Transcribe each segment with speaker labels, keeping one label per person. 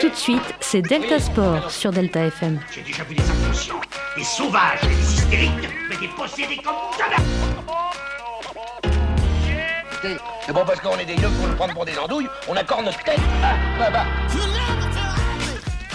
Speaker 1: Tout de suite, c'est Delta Sport sur Delta FM.
Speaker 2: J'ai déjà vu des inconscients, des sauvages, des hystériques, mais des possédés comme jamais
Speaker 3: C'est bon parce qu'on est des yeux pour nous prendre pour des andouilles, on accorde notre tête. Ah, bah, bah.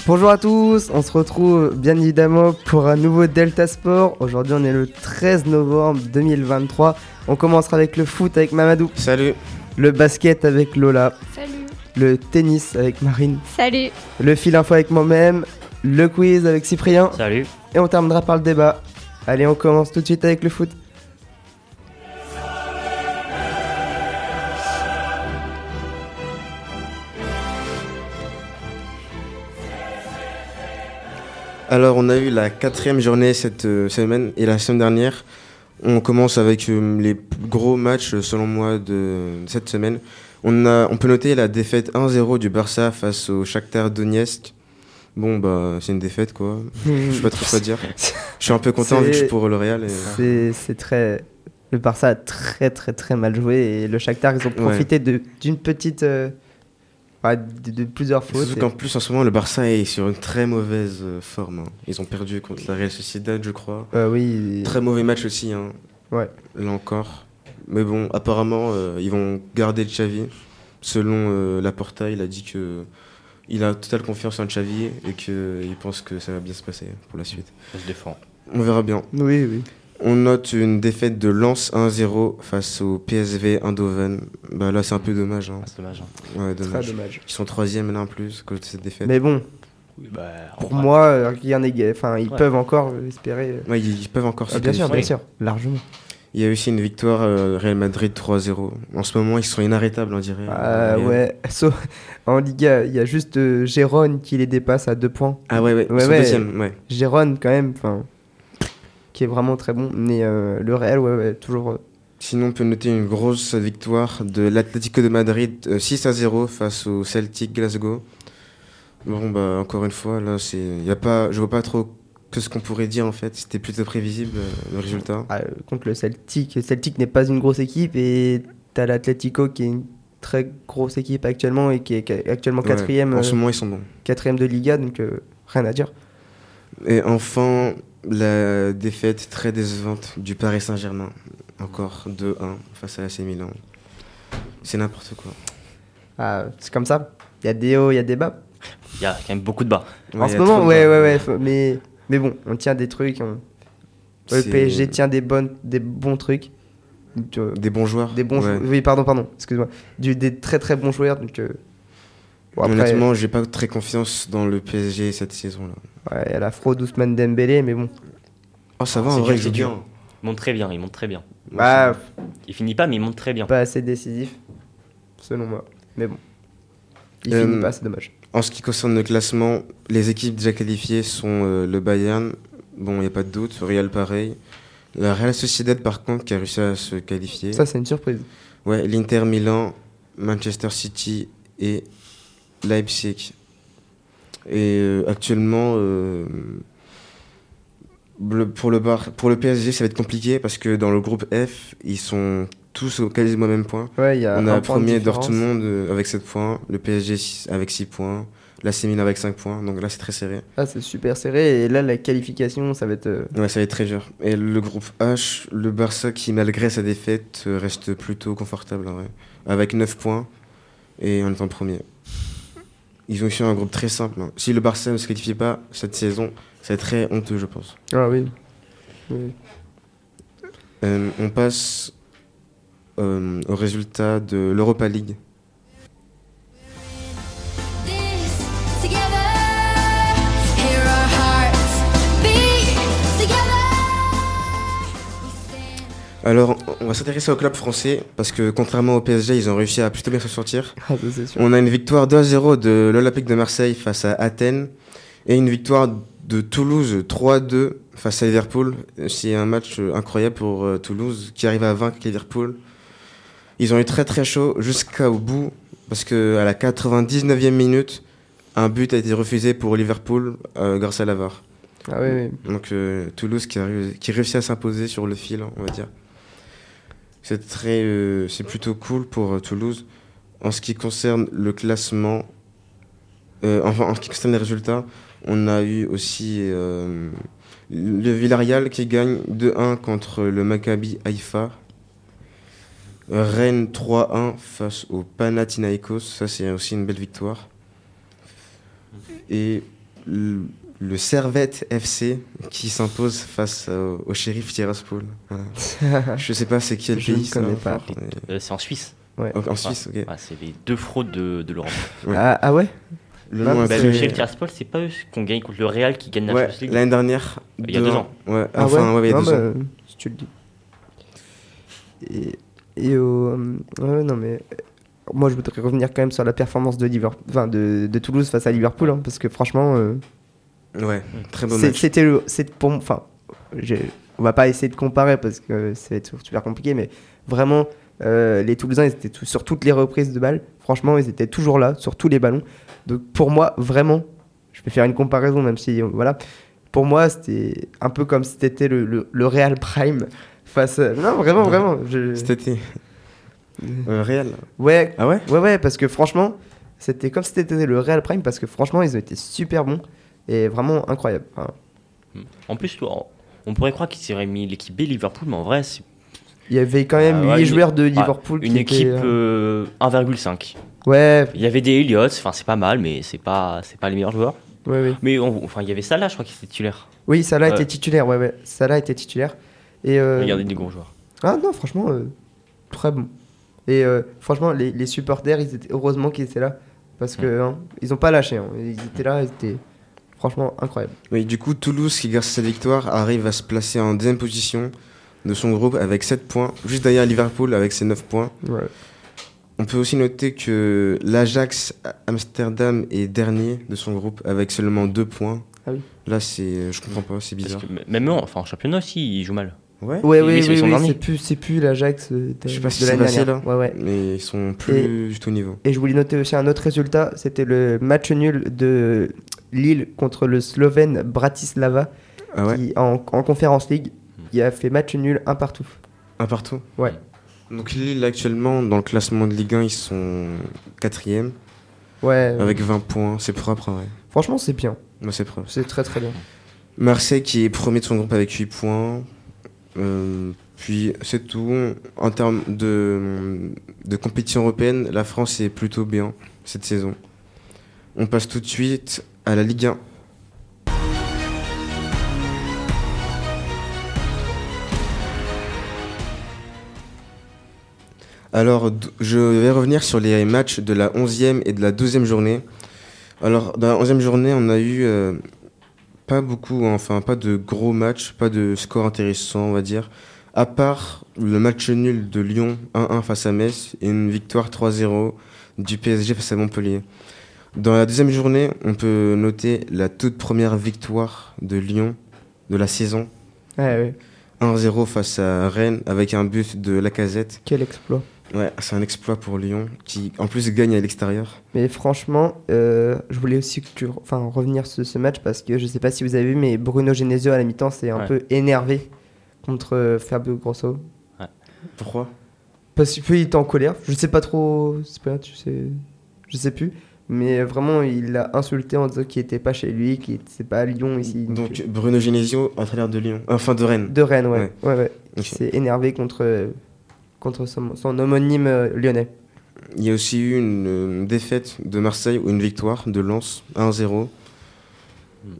Speaker 4: Bonjour à tous, on se retrouve bien évidemment pour un nouveau Delta Sport. Aujourd'hui on est le 13 novembre 2023. On commencera avec le foot avec Mamadou,
Speaker 5: Salut.
Speaker 4: le basket avec Lola,
Speaker 6: Salut.
Speaker 4: le tennis avec Marine,
Speaker 6: Salut.
Speaker 4: le fil info avec moi-même, le quiz avec Cyprien
Speaker 7: Salut.
Speaker 4: et on terminera par le débat. Allez on commence tout de suite avec le foot.
Speaker 5: Alors, on a eu la quatrième journée cette euh, semaine et la semaine dernière. On commence avec euh, les plus gros matchs, euh, selon moi, de cette semaine. On, a, on peut noter la défaite 1-0 du Barça face au Shakhtar Donetsk. Bon, bah, c'est une défaite, quoi. Je sais pas trop quoi dire. Je suis un peu content vu que je suis pour le Real. et-
Speaker 4: C'est c'est très. Le Barça a très très très mal joué et le Shakhtar ils ont profité de- d'une petite. euh, ouais, de, de plusieurs fautes.
Speaker 5: Surtout
Speaker 4: et-
Speaker 5: qu'en plus, en ce moment, le Barça est sur une très mauvaise euh, forme. hein. Ils ont perdu contre la Real Sociedad, je crois.
Speaker 4: Euh, oui.
Speaker 5: Très mauvais match aussi, hein.
Speaker 4: Ouais.
Speaker 5: Là encore. Mais bon, apparemment, euh, ils vont garder Xavi. Selon euh, Laporta, il a dit que il a totale confiance en Xavi et qu'il pense que ça va bien se passer pour la suite.
Speaker 7: On se défend.
Speaker 5: On verra bien.
Speaker 4: Oui, oui.
Speaker 5: On note une défaite de Lens 1-0 face au PSV Eindhoven. Bah là, c'est un peu dommage. Hein.
Speaker 7: Ah, c'est dommage. hein.
Speaker 5: Ouais,
Speaker 4: Très
Speaker 5: dommage.
Speaker 4: dommage.
Speaker 5: Ils sont troisième là en plus à cause de cette défaite.
Speaker 4: Mais bon,
Speaker 5: bah,
Speaker 4: pour moi, euh, qu'il y en ait ga- enfin, ils
Speaker 7: Ouais.
Speaker 4: peuvent encore euh, espérer. euh,
Speaker 5: Ouais, ils ils peuvent encore se
Speaker 4: ah, bien sûr,
Speaker 5: qualifier.
Speaker 4: bien sûr, largement.
Speaker 5: Il y a aussi une victoire euh, Real Madrid 3-0. En ce moment, ils sont inarrêtables, Euh, on dirait.
Speaker 4: Ah,
Speaker 5: Real.
Speaker 4: ouais. Sauf- en Liga, il y a juste euh, Gérone qui les dépasse à deux points.
Speaker 5: Ah ouais, ouais.
Speaker 4: Ouais,
Speaker 5: ils sont
Speaker 4: ouais.
Speaker 5: deuxième, ouais.
Speaker 4: Gérone, quand même, enfin, qui est vraiment très bon. Mais euh, le Real, ouais, ouais, toujours. euh,
Speaker 5: Sinon, on peut noter une grosse victoire de l'Atlético de Madrid euh, 6 à 0 face au Celtic Glasgow. Bon, bah, encore une fois, là, c'est, y a pas, je vois pas trop que ce qu'on pourrait dire en fait. C'était plutôt prévisible euh, le résultat.
Speaker 4: ah, euh, contre le Celtic. Le Celtic n'est pas une grosse équipe et t'as l'Atlético qui est une très grosse équipe actuellement et qui est ca- actuellement
Speaker 5: Ouais,
Speaker 4: quatrième,
Speaker 5: En ce
Speaker 4: euh,
Speaker 5: moment, ils sont bons.
Speaker 4: quatrième de Liga, donc euh, rien à dire.
Speaker 5: Et enfin, la défaite très décevante du Paris Saint-Germain. Encore 2-1 face à l'AC Milan. C'est n'importe quoi.
Speaker 4: Ah, c'est comme ça. Il y a des hauts, il y a des bas.
Speaker 7: Il y a quand même beaucoup de bas.
Speaker 5: Ouais,
Speaker 4: en
Speaker 5: y
Speaker 4: ce
Speaker 5: a
Speaker 4: moment,
Speaker 5: trop de
Speaker 4: ouais,
Speaker 5: bas.
Speaker 4: ouais, ouais, faut- mais, mais bon, on tient des trucs. on- Le
Speaker 5: C'est-
Speaker 4: PSG tient des, bonnes, des bons trucs. Donc, euh,
Speaker 5: Des bons joueurs.
Speaker 4: des bons
Speaker 5: ouais.
Speaker 4: jou- Oui, pardon, pardon, excuse-moi. Du- Des très très bons joueurs. Donc, euh, bon, après,
Speaker 5: Honnêtement, j'ai pas très confiance dans le PSG cette saison-là.
Speaker 4: ouais, il y a la fraude Ousmane Dembélé, mais bon.
Speaker 5: Oh, ça va,
Speaker 7: C'est
Speaker 5: en vrai,
Speaker 7: dur,
Speaker 5: il
Speaker 7: c'est
Speaker 5: joue
Speaker 7: dur.
Speaker 5: bien.
Speaker 7: Il monte très bien, il monte très bien.
Speaker 4: Bah,
Speaker 7: Il finit pas, mais il monte très bien.
Speaker 4: pas assez décisif, selon moi. Mais bon. Il
Speaker 5: Euh,
Speaker 4: finit pas, c'est dommage.
Speaker 5: En ce qui concerne le classement, les équipes déjà qualifiées sont euh, le Bayern, bon, il n'y a pas de doute, Real pareil. La Real Sociedad, par contre, qui a réussi à se qualifier.
Speaker 4: Ça, c'est une surprise.
Speaker 5: Ouais, l'Inter Milan, Manchester City et Leipzig. Et euh, actuellement, euh, le- pour, le bar, pour le PSG, ça va être compliqué parce que dans le groupe F, ils sont tous au quasiment au même point.
Speaker 4: Ouais, il y a un
Speaker 5: On a
Speaker 4: point de
Speaker 5: premier
Speaker 4: différence.
Speaker 5: Dortmund euh, avec 7 points, le PSG six- avec 6 points, l'AC Milan avec 5 points, donc là c'est très serré.
Speaker 4: Ah, c'est super serré. Et là, la qualification, ça va être. euh,
Speaker 5: Ouais, ça va être très dur. Et le groupe H, le Barça qui, malgré sa défaite, euh, reste plutôt confortable en vrai, avec 9 points et on est en premier. Ils ont aussi un groupe très simple. hein. Si le Barça ne se qualifie pas cette saison, c'est très honteux, je pense.
Speaker 4: Ah oui. Oui.
Speaker 5: Euh, on passe euh, au résultat de l'Europa League.
Speaker 8: this together. Hear our hearts beat together.
Speaker 5: Alors, on va s'intéresser au club français parce que contrairement au PSG, ils ont réussi à plutôt bien se sortir.
Speaker 4: Ah, ça, c'est sûr.
Speaker 5: On a une victoire 2-0 de l'Olympique de Marseille face à Athènes et une victoire de Toulouse 3-2 face à Liverpool. C'est un match euh, incroyable pour euh, Toulouse qui arrive à vaincre Liverpool. Ils ont eu très très chaud jusqu'au bout parce que à la 99e minute, un but a été refusé pour Liverpool euh, grâce à l'avare.
Speaker 4: Ah oui, oui.
Speaker 5: Donc euh, Toulouse qui, arrive- qui réussit à s'imposer sur le fil, on va dire. C'est très, euh, c'est plutôt cool pour euh, Toulouse. En ce qui concerne le classement, Euh, enfin, en ce qui concerne les résultats, on a eu aussi euh, le Villarreal qui gagne 2-1 contre le Maccabi Haïfa. Rennes 3-1 face au Panathinaikos. Ça, c'est aussi une belle victoire. Et le, le Servette FC qui s'impose face au, au shérif Tiraspol. Voilà. Je sais pas c'est quel
Speaker 4: Je
Speaker 5: pays
Speaker 4: ne
Speaker 5: ça,
Speaker 4: connais pas.
Speaker 5: encore, mais-
Speaker 7: Euh, c'est en Suisse.
Speaker 5: Ok, En Suisse, ok.
Speaker 7: Ah, c'est les deux fraudes de, de l'Europe.
Speaker 5: Ouais.
Speaker 4: Ah, ah ouais
Speaker 5: Le
Speaker 4: Bah,
Speaker 5: nom est
Speaker 7: Bah,
Speaker 4: C'est-
Speaker 7: le
Speaker 5: très-
Speaker 7: Sheffield Tiraspol, c'est pas eux qu'on gagne contre le Real qui gagne la
Speaker 5: Ouais,
Speaker 7: Champions League.
Speaker 5: l'année dernière.
Speaker 7: Il y a deux
Speaker 5: 2-1.
Speaker 7: ans.
Speaker 5: Ouais, enfin, ouais, il y a
Speaker 4: Non,
Speaker 5: deux
Speaker 4: bah,
Speaker 5: ans.
Speaker 4: euh, Si tu le dis. Et, et au. euh, ouais, non, mais. euh, Moi, je voudrais revenir quand même sur la performance de, Liverpool, enfin, de, de Toulouse face à Liverpool, hein, parce que franchement, euh,
Speaker 5: Ouais, très bon
Speaker 4: c'est-
Speaker 5: match.
Speaker 4: c'était le. c'est Pour, m- enfin, j'ai- on va pas essayer de comparer parce que c'est tout- super compliqué, mais vraiment, euh, les Toulousains, ils étaient tout- sur toutes les reprises de balles. Franchement, ils étaient toujours là, sur tous les ballons. Donc, pour moi, vraiment, je peux faire une comparaison, même si. euh, Voilà. Pour moi, c'était un peu comme si c'était le, le, le Real Prime face. à- Non, vraiment, vraiment. je-
Speaker 5: Cet été. Euh, Real.
Speaker 4: Ouais,
Speaker 5: Ah ouais
Speaker 4: ouais, ouais, parce que franchement, c'était comme si c'était le Real Prime, parce que franchement, ils ont été super bons et vraiment incroyables. Enfin,
Speaker 7: En plus, toi, on pourrait croire qu'ils seraient mis l'équipe B Liverpool, mais en vrai, c'est
Speaker 4: Il y avait quand même
Speaker 7: Ah,
Speaker 4: huit
Speaker 7: ouais, une-
Speaker 4: joueurs de
Speaker 7: ah,
Speaker 4: Liverpool
Speaker 7: une
Speaker 4: qui étaient,
Speaker 7: équipe
Speaker 4: euh,
Speaker 7: euh, 1,5.
Speaker 4: Ouais,
Speaker 7: Il y avait des Elliott, enfin c'est pas mal, mais c'est pas c'est pas les meilleurs joueurs.
Speaker 4: ouais, ouais.
Speaker 7: Mais on- enfin il y avait Salah, je crois qu'il était titulaire.
Speaker 4: Oui, Salah
Speaker 7: Ouais.
Speaker 4: était titulaire, ouais, ouais. Salah était titulaire. Et, euh,
Speaker 7: Regardez des gros joueurs.
Speaker 4: Ah non, franchement, euh, très bon. Et euh, franchement, les, les supporters, ils étaient... heureusement qu'ils étaient là, parce
Speaker 7: Mm.
Speaker 4: que hein, ils ont pas lâché. hein. Ils étaient là, ils étaient franchement incroyables.
Speaker 5: Oui, du coup, Toulouse, qui grâce à cette victoire, arrive à se placer en deuxième position de son groupe avec 7 points, juste derrière Liverpool avec ses 9 points.
Speaker 4: Ouais.
Speaker 5: On peut aussi noter que l'Ajax Amsterdam est dernier de son groupe avec seulement 2 points.
Speaker 4: Ah oui.
Speaker 5: Là, c'est, je comprends pas, c'est bizarre.
Speaker 7: Parce que m- même eux, enfin en championnat aussi, ils jouent mal.
Speaker 5: Ouais.
Speaker 4: Ouais,
Speaker 7: Ils-
Speaker 4: ouais,
Speaker 7: ils sont
Speaker 4: ouais, ouais,
Speaker 7: derniers.
Speaker 4: c'est plus, c'est plus l'Ajax euh, de,
Speaker 5: Je sais pas ce
Speaker 4: de
Speaker 5: qui s'est
Speaker 4: l'année
Speaker 5: passé,
Speaker 4: dernière.
Speaker 5: là.
Speaker 4: Ouais, ouais.
Speaker 5: Mais ils sont plus du tout niveau.
Speaker 4: Et je voulais noter aussi un autre résultat, c'était le match nul de Lille contre le Slovène Bratislava
Speaker 5: Ah ouais, Hmm.
Speaker 4: qui, en, en Conférence League. Il a fait match nul un partout.
Speaker 5: un partout.
Speaker 4: Ouais.
Speaker 5: Donc Lille actuellement dans le classement de Ligue 1 ils sont quatrième
Speaker 4: Ouais.
Speaker 5: avec 20 points, c'est propre ouais.
Speaker 4: Franchement, c'est bien.
Speaker 5: Ouais, c'est propre.
Speaker 4: C'est très très bien.
Speaker 5: Marseille qui est premier de son groupe avec 8 points. Euh, puis c'est tout. En termes de, de compétition européenne, la France est plutôt bien cette saison. On passe tout de suite à la Ligue 1. Alors, d- je vais revenir sur les matchs de la 11e et de la 12e journée. Alors, dans la 11e journée, on a eu euh, pas beaucoup, hein, enfin pas de gros matchs, pas de score intéressant, on va dire. À part le match nul de Lyon 1-1 face à Metz et une victoire 3-0 du PSG face à Montpellier. Dans la deuxième journée, on peut noter la toute première victoire de Lyon de la saison.
Speaker 4: Ouais, ouais.
Speaker 5: 1-0 face à Rennes avec un but de Lacazette.
Speaker 4: Quel exploit.
Speaker 5: Ouais, c'est un exploit pour Lyon qui en plus gagne à l'extérieur.
Speaker 4: Mais franchement, euh, je voulais aussi que tu, enfin, revenir sur ce match parce que je sais pas si vous avez vu, mais Bruno Genesio à la mi-temps s'est un
Speaker 7: Ouais.
Speaker 4: peu énervé contre euh, Fabio Grosso.
Speaker 5: Pourquoi
Speaker 4: Parce qu'il était en colère. Je sais pas trop. C'est pas, tu sais, je sais plus. Mais vraiment, il l'a insulté en disant qu'il était pas chez lui, qu'il c'est pas à Lyon ici.
Speaker 5: Donc Bruno Genesio à travers de Lyon, enfin de Rennes.
Speaker 4: de Rennes, ouais.
Speaker 5: Ouais.
Speaker 4: ouais. ouais, Il
Speaker 5: Ok.
Speaker 4: s'est énervé contre, contre son, son homonyme euh, lyonnais.
Speaker 5: Il y a aussi eu une euh, défaite de Marseille ou une victoire de Lens 1-0.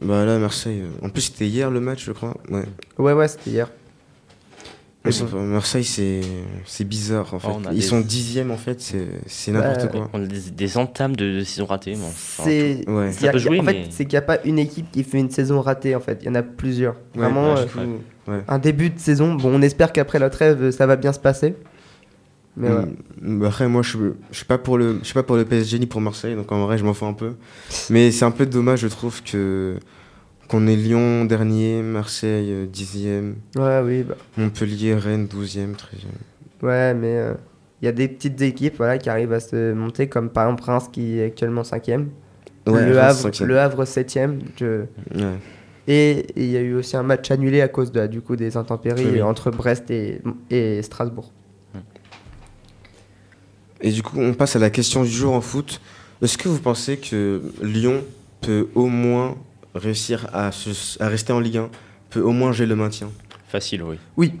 Speaker 5: Bah là, Marseille. euh, En plus, c'était hier le match, je crois. Ouais.
Speaker 4: Ouais, ouais, c'était hier.
Speaker 5: Je sais pas, Marseille, c'est c'est bizarre en fait.
Speaker 7: Oh, on a
Speaker 5: Ils
Speaker 7: des-
Speaker 5: sont dixièmes en fait, c'est c'est
Speaker 4: Bah,
Speaker 5: n'importe
Speaker 7: Ouais,
Speaker 5: quoi.
Speaker 7: On a des, des entames de, de saison ratées. bon, enfin,
Speaker 4: C'est.
Speaker 5: Ouais.
Speaker 4: c'est-
Speaker 7: Ça peut jouer,
Speaker 4: en fait,
Speaker 7: mais-
Speaker 4: c'est qu'il n'y a pas une équipe qui fait une saison ratée, en fait. Il y en a plusieurs.
Speaker 5: Ouais,
Speaker 4: Vraiment,
Speaker 5: bah,
Speaker 4: euh,
Speaker 5: du coup, ouais.
Speaker 4: un début de saison. Bon, on espère qu'après la trêve, ça va bien se passer. Mais ouais.
Speaker 5: Mm, bah, Après, moi, je suis- je suis pas pour le, je suis pas pour le PSG ni pour Marseille, donc en vrai, je m'en fous un peu. Mais c'est un peu dommage, je trouve que qu'on est Lyon dernier, Marseille euh, dixième,
Speaker 4: Ouais, oui, bah.
Speaker 5: Montpellier, Rennes douzième, treizième.
Speaker 4: Ouais, mais euh, il y a des petites équipes voilà, qui arrivent à se monter, comme par exemple Reims qui est actuellement 5ème.
Speaker 5: Ouais,
Speaker 4: le,
Speaker 5: Reims,
Speaker 4: Havre,
Speaker 5: cinquième.
Speaker 4: le Havre 7ème.
Speaker 5: Ouais.
Speaker 4: Et et il y a eu aussi un match annulé à cause de, la- du coup, des intempéries
Speaker 5: Oui, oui.
Speaker 4: entre Brest et, et Strasbourg.
Speaker 5: Et du coup, on passe à la question du jour en foot. Est-ce que vous pensez que Lyon peut au moins réussir à, se- à rester en Ligue 1 Peut au moins jouer le maintien
Speaker 7: Facile, oui.
Speaker 4: Oui,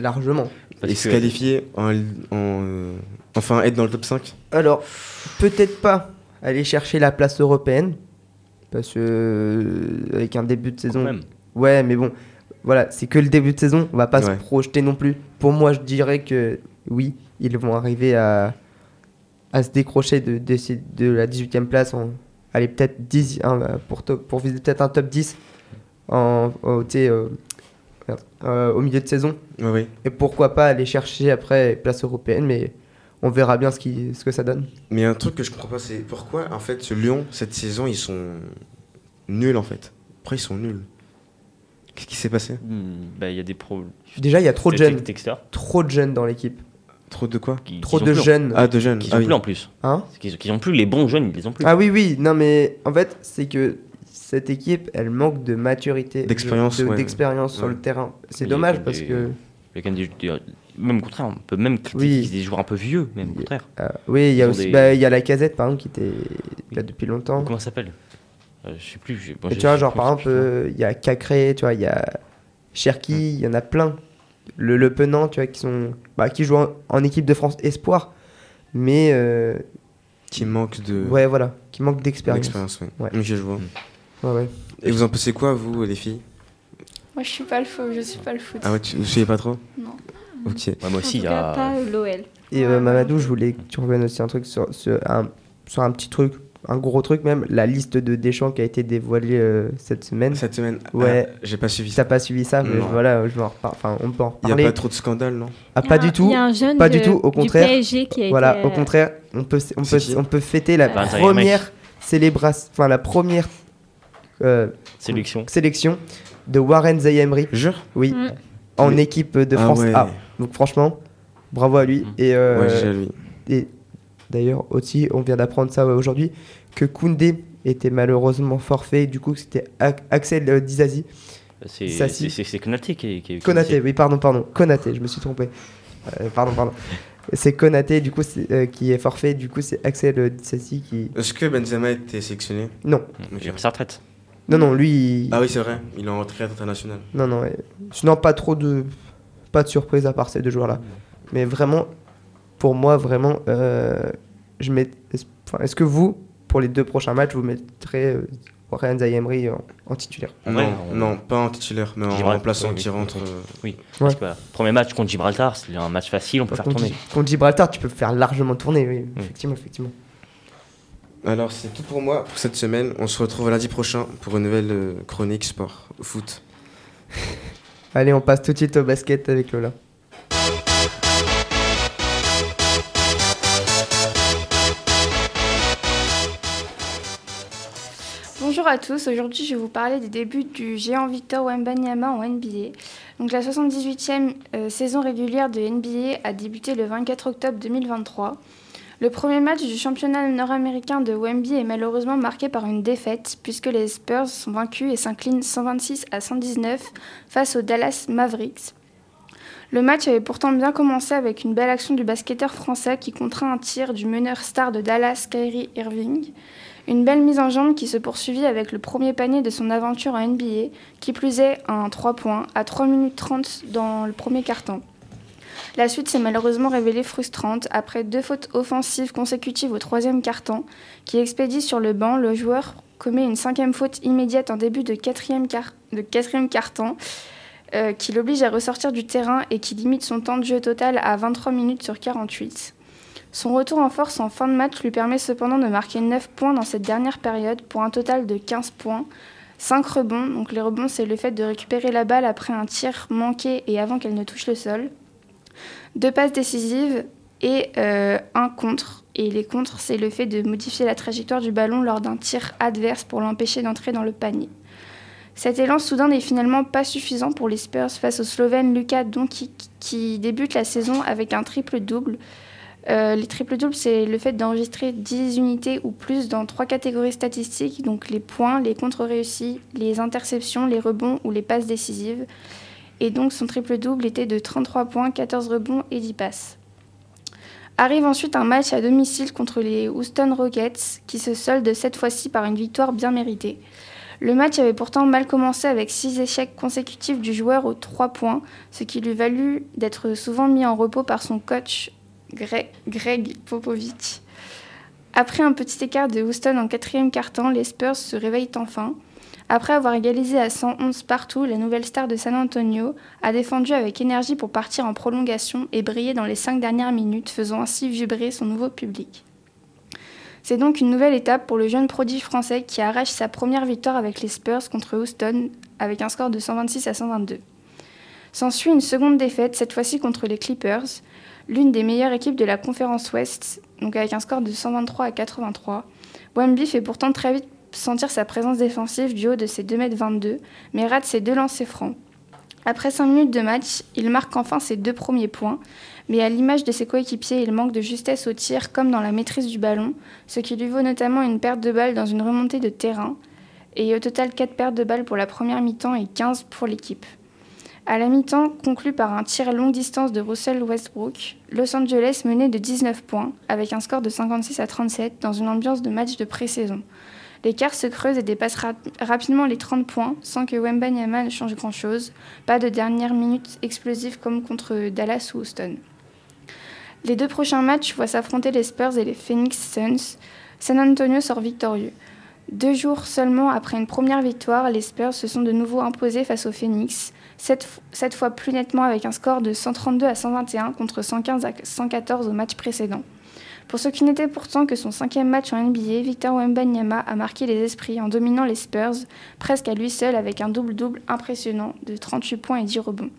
Speaker 4: largement.
Speaker 7: Parce
Speaker 5: Et se
Speaker 7: que-
Speaker 5: qualifier en, en, euh, enfin être dans le top 5
Speaker 4: Alors, peut-être pas aller chercher la place européenne, parce que euh, avec un début de saison.
Speaker 7: Quand même.
Speaker 4: Ouais, mais bon, voilà, c'est que le début de saison, on va pas
Speaker 5: Ouais.
Speaker 4: se projeter non plus. Pour moi, je dirais que oui, ils vont arriver à, à se décrocher de, de, ces- de la 18e place, en, aller peut-être 10, hein, bah, pour, top- pour viser peut-être un top 10 en, au- tu sais, euh, merde, euh, au milieu de saison.
Speaker 5: Ouais, Oui.
Speaker 4: Et pourquoi pas aller chercher après place européenne, mais on verra bien ce, qui, ce que ça donne.
Speaker 5: Mais un truc que je comprends pas, c'est pourquoi en fait ce Lyon, cette saison, ils sont nuls en fait. Pourquoi ils sont nuls Qu'est-ce qui s'est passé
Speaker 7: Hmm, bah, il y a des problèmes.
Speaker 4: Déjà, il y a trop de jeunes.
Speaker 7: Texteurs.
Speaker 4: Trop de jeunes dans l'équipe.
Speaker 5: Trop de quoi
Speaker 7: qui-
Speaker 4: Trop
Speaker 7: qu'ils ont
Speaker 4: de
Speaker 7: plus en-
Speaker 4: jeunes.
Speaker 5: Ah, de jeunes.
Speaker 7: Qu'ils
Speaker 5: Ah
Speaker 7: ont
Speaker 5: oui.
Speaker 7: plus en plus.
Speaker 4: Hein
Speaker 7: C'est Qu'ils qu'ils ont plus les bons jeunes, ils les ont plus.
Speaker 4: Ah oui, oui, non mais en fait, c'est que cette équipe, elle manque de maturité.
Speaker 5: D'expérience,
Speaker 4: de-
Speaker 5: ouais.
Speaker 4: D'expérience sur
Speaker 5: Ouais.
Speaker 4: le terrain. C'est
Speaker 7: Mais il y
Speaker 4: dommage
Speaker 7: a
Speaker 4: parce
Speaker 7: des-
Speaker 4: que...
Speaker 7: Il y a quand même des- des- Même au contraire, on peut même critiquer
Speaker 4: Oui.
Speaker 7: des joueurs un peu vieux, même au contraire.
Speaker 4: euh, oui, il y a
Speaker 7: Ils ont
Speaker 4: aussi...
Speaker 7: des-
Speaker 4: bah, il y a la casette, par exemple, qui était là depuis longtemps.
Speaker 7: Comment ça s'appelle Euh, Je sais plus. j'ai- moi,
Speaker 4: Et Ah. tu
Speaker 7: j'ai-
Speaker 4: vois,
Speaker 7: j'ai
Speaker 4: genre
Speaker 7: plus-
Speaker 4: par exemple,
Speaker 7: putain.
Speaker 4: euh, il y a Cacré, tu vois, il y a Cherki, il y en a plein. Le, le Penant, tu vois, qui, sont, bah, qui jouent en, en équipe de France Espoir. Mais euh,
Speaker 5: Qui manque
Speaker 7: Euh.
Speaker 5: de
Speaker 4: ouais, voilà, qui manque d'expérience.
Speaker 5: d'expérience, ouais.
Speaker 4: Ouais.
Speaker 5: Ok, je vois.
Speaker 7: Mm.
Speaker 4: Ouais, ouais.
Speaker 5: Et vous en pensez quoi, vous, les filles
Speaker 6: Moi, je suis pas le faux, je suis pas le foot.
Speaker 5: Ah ouais, tu, vous suivez pas trop
Speaker 6: Non.
Speaker 5: Ok.
Speaker 7: Ouais, moi aussi, il y
Speaker 9: En tout cas,
Speaker 7: a.
Speaker 9: pas euh, l'OL.
Speaker 4: Et euh, Mamadou, je voulais que tu reviennes aussi un truc sur, sur un, sur un petit truc, un gros truc même, la liste de Deschamps qui a été dévoilée euh, cette semaine.
Speaker 5: Cette semaine,
Speaker 4: Ouais.
Speaker 5: ah, j'ai pas suivi
Speaker 4: Si
Speaker 5: ça.
Speaker 4: t'as pas suivi ça, mais
Speaker 5: Non.
Speaker 4: voilà, je vais en repar- enfin, on peut en
Speaker 5: Il y a
Speaker 4: reparler.
Speaker 5: pas trop de scandale, non
Speaker 4: Ah,
Speaker 9: Il y a
Speaker 4: pas
Speaker 9: un-
Speaker 4: du tout.
Speaker 9: Il y a un jeune
Speaker 4: pas
Speaker 9: de-
Speaker 4: du tout, au contraire.
Speaker 9: PSG qui a
Speaker 4: Voilà,
Speaker 9: été,
Speaker 4: au
Speaker 9: euh,
Speaker 4: contraire, on peut, on peut,
Speaker 5: C'est qui
Speaker 4: on peut fêter la
Speaker 7: Bah, Zaire
Speaker 4: première célébration, enfin la première euh,
Speaker 7: Sélection.
Speaker 4: sélection de Warren Zayemri,
Speaker 5: Jure
Speaker 4: oui,
Speaker 9: Mm.
Speaker 4: en
Speaker 5: Mais-
Speaker 4: équipe de
Speaker 5: Ah
Speaker 4: France
Speaker 5: ouais.
Speaker 4: A. Donc franchement, bravo à lui.
Speaker 7: Mm.
Speaker 4: Et, euh,
Speaker 5: Ouais, j'ai à lui.
Speaker 4: et d'ailleurs aussi, on vient d'apprendre ça euh, aujourd'hui, que Koundé était malheureusement forfait, du coup c'était Ac- Axel euh, Dizazi,
Speaker 7: C'est
Speaker 4: Ça,
Speaker 7: c'est-
Speaker 4: si.
Speaker 7: c'est- c'est Konaté qui est. qui est-
Speaker 4: Konaté, oui, pardon, pardon. Konaté, je me suis trompé. Euh, pardon, pardon. C'est Konaté, du coup, c'est, euh, qui est forfait. Du coup, c'est Axel euh, Dissassi qui.
Speaker 5: Est-ce que Benzema était sélectionné
Speaker 4: Non,
Speaker 7: Il a pris sa retraite.
Speaker 4: non, non, lui. il-
Speaker 5: Ah oui, c'est vrai. Il est en retraite internationale.
Speaker 4: Non, non. ouais. Sinon, pas trop de. Pas de surprise à part ces deux joueurs-là. Mais vraiment, pour moi, vraiment, euh, je mets. est-ce- enfin, Est-ce que vous, pour les deux prochains matchs, vous mettrez euh, Warren Zayemri en, en titulaire
Speaker 7: En
Speaker 5: Non,
Speaker 7: vrai, on-
Speaker 5: non, pas en titulaire, mais en
Speaker 7: Gibraltar,
Speaker 5: remplaçant
Speaker 7: oui,
Speaker 5: Ah qui
Speaker 7: oui.
Speaker 5: rentre. euh,
Speaker 7: Oui.
Speaker 4: Ouais.
Speaker 7: Parce que, voilà, premier match contre Gibraltar, c'est un match facile, on peut faire
Speaker 4: contre,
Speaker 7: tourner. Mm.
Speaker 4: contre Gibraltar, tu peux faire largement tourner, oui, effectivement, effectivement.
Speaker 5: Alors c'est tout pour moi pour cette semaine. On se retrouve lundi prochain pour une nouvelle euh, chronique sport au foot.
Speaker 4: Allez, on passe tout de suite au basket avec Lola.
Speaker 6: Bonjour à tous, aujourd'hui je vais vous parler des débuts du géant Victor Wembanyama en NBA. Donc la 78e euh, saison régulière de NBA a débuté le 24 octobre 2023. Le premier match du championnat nord-américain de Wemby est malheureusement marqué par une défaite puisque les Spurs sont vaincus et s'inclinent 126 à 119 face aux Dallas Mavericks. Le match avait pourtant bien commencé avec une belle action du basketteur français qui contraint un tir du meneur star de Dallas, Kyrie Irving. Une belle mise en jambe qui se poursuivit avec le premier panier de son aventure en NBA, qui plus est un 3 points à 3 minutes 30 dans le premier carton. La suite s'est malheureusement révélée frustrante après deux fautes offensives consécutives au troisième carton, qui expédie sur le banc le joueur commet une cinquième faute immédiate en début de quatrième, car- de quatrième carton, euh, qui l'oblige à ressortir du terrain et qui limite son temps de jeu total à 23 minutes sur 48. Son retour en force en fin de match lui permet cependant de marquer 9 points dans cette dernière période pour un total de 15 points. 5 rebonds, donc les rebonds c'est le fait de récupérer la balle après un tir manqué et avant qu'elle ne touche le sol. Deux passes décisives et euh, un contre. Et les contres c'est le fait de modifier la trajectoire du ballon lors d'un tir adverse pour l'empêcher d'entrer dans le panier. Cet élan soudain n'est finalement pas suffisant pour les Spurs face au Slovène Luka Doncic qui débute la saison avec un triple-double euh, les triples doubles, c'est le fait d'enregistrer 10 unités ou plus dans trois catégories statistiques, donc les points, les contres réussis, les interceptions, les rebonds ou les passes décisives. Et donc son triple double était de 33 points, 14 rebonds et 10 passes. Arrive ensuite un match à domicile contre les Houston Rockets, qui se solde cette fois-ci par une victoire bien méritée. Le match avait pourtant mal commencé avec six échecs consécutifs du joueur aux trois points, ce qui lui valut d'être souvent mis en repos par son coach Greg, Greg Popovich. Après un petit écart de Houston en quatrième quart-temps, les Spurs se réveillent enfin. Après avoir égalisé à 111 partout, la nouvelle star de San Antonio a défendu avec énergie pour partir en prolongation et briller dans les cinq dernières minutes, faisant ainsi vibrer son nouveau public. C'est donc une nouvelle étape pour le jeune prodige français qui arrache sa première victoire avec les Spurs contre Houston avec un score de 126 à 122. S'ensuit une seconde défaite, cette fois-ci contre les Clippers, l'une des meilleures équipes de la conférence Ouest, donc avec un score de 123 à 83. Wemby fait pourtant très vite sentir sa présence défensive du haut de ses 2m22, mais rate ses deux lancers francs. Après 5 minutes de match, il marque enfin ses deux premiers points, mais à l'image de ses coéquipiers, il manque de justesse au tir comme dans la maîtrise du ballon, ce qui lui vaut notamment une perte de balle dans une remontée de terrain, et au total 4 pertes de balles pour la première mi-temps et 15 pour l'équipe. À la mi-temps, conclue par un tir à longue distance de Russell Westbrook, Los Angeles menait de 19 points, avec un score de 56 à 37, dans une ambiance de match de pré-saison. L'écart se creuse et dépasse rap- rapidement les 30 points, sans que Wembanyama ne change grand-chose. Pas de dernière minute explosive comme contre Dallas ou Houston. Les deux prochains matchs voient s'affronter les Spurs et les Phoenix Suns. San Antonio sort victorieux. Deux jours seulement après une première victoire, les Spurs se sont de nouveau imposés face aux Phoenix, cette, f- cette fois plus nettement avec un score de 132 à 121 contre 115 à 114 au match précédent. Pour ce qui n'était pourtant que son cinquième match en NBA, Victor Wembanyama a marqué les esprits en dominant les Spurs presque à lui seul avec un double-double impressionnant de 38 points et 10 rebonds.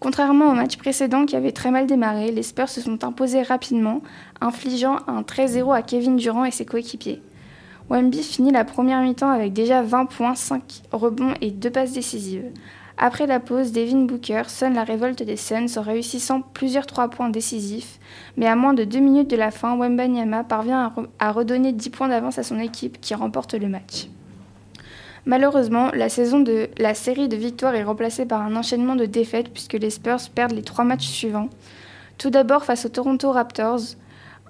Speaker 6: Contrairement au match précédent qui avait très mal démarré, les Spurs se sont imposés rapidement, infligeant un 13-0 à Kevin Durant et ses coéquipiers. Wemby finit la première mi-temps avec déjà 20 points, 5 rebonds et 2 passes décisives. Après la pause, Devin Booker sonne la révolte des Suns en réussissant plusieurs 3 points décisifs, mais à moins de 2 minutes de la fin, Wembanyama parvient à, re- à redonner 10 points d'avance à son équipe qui remporte le match. Malheureusement, la, saison de, la série de victoires est remplacée par un enchaînement de défaites puisque les Spurs perdent les trois matchs suivants. Tout d'abord face aux Toronto Raptors,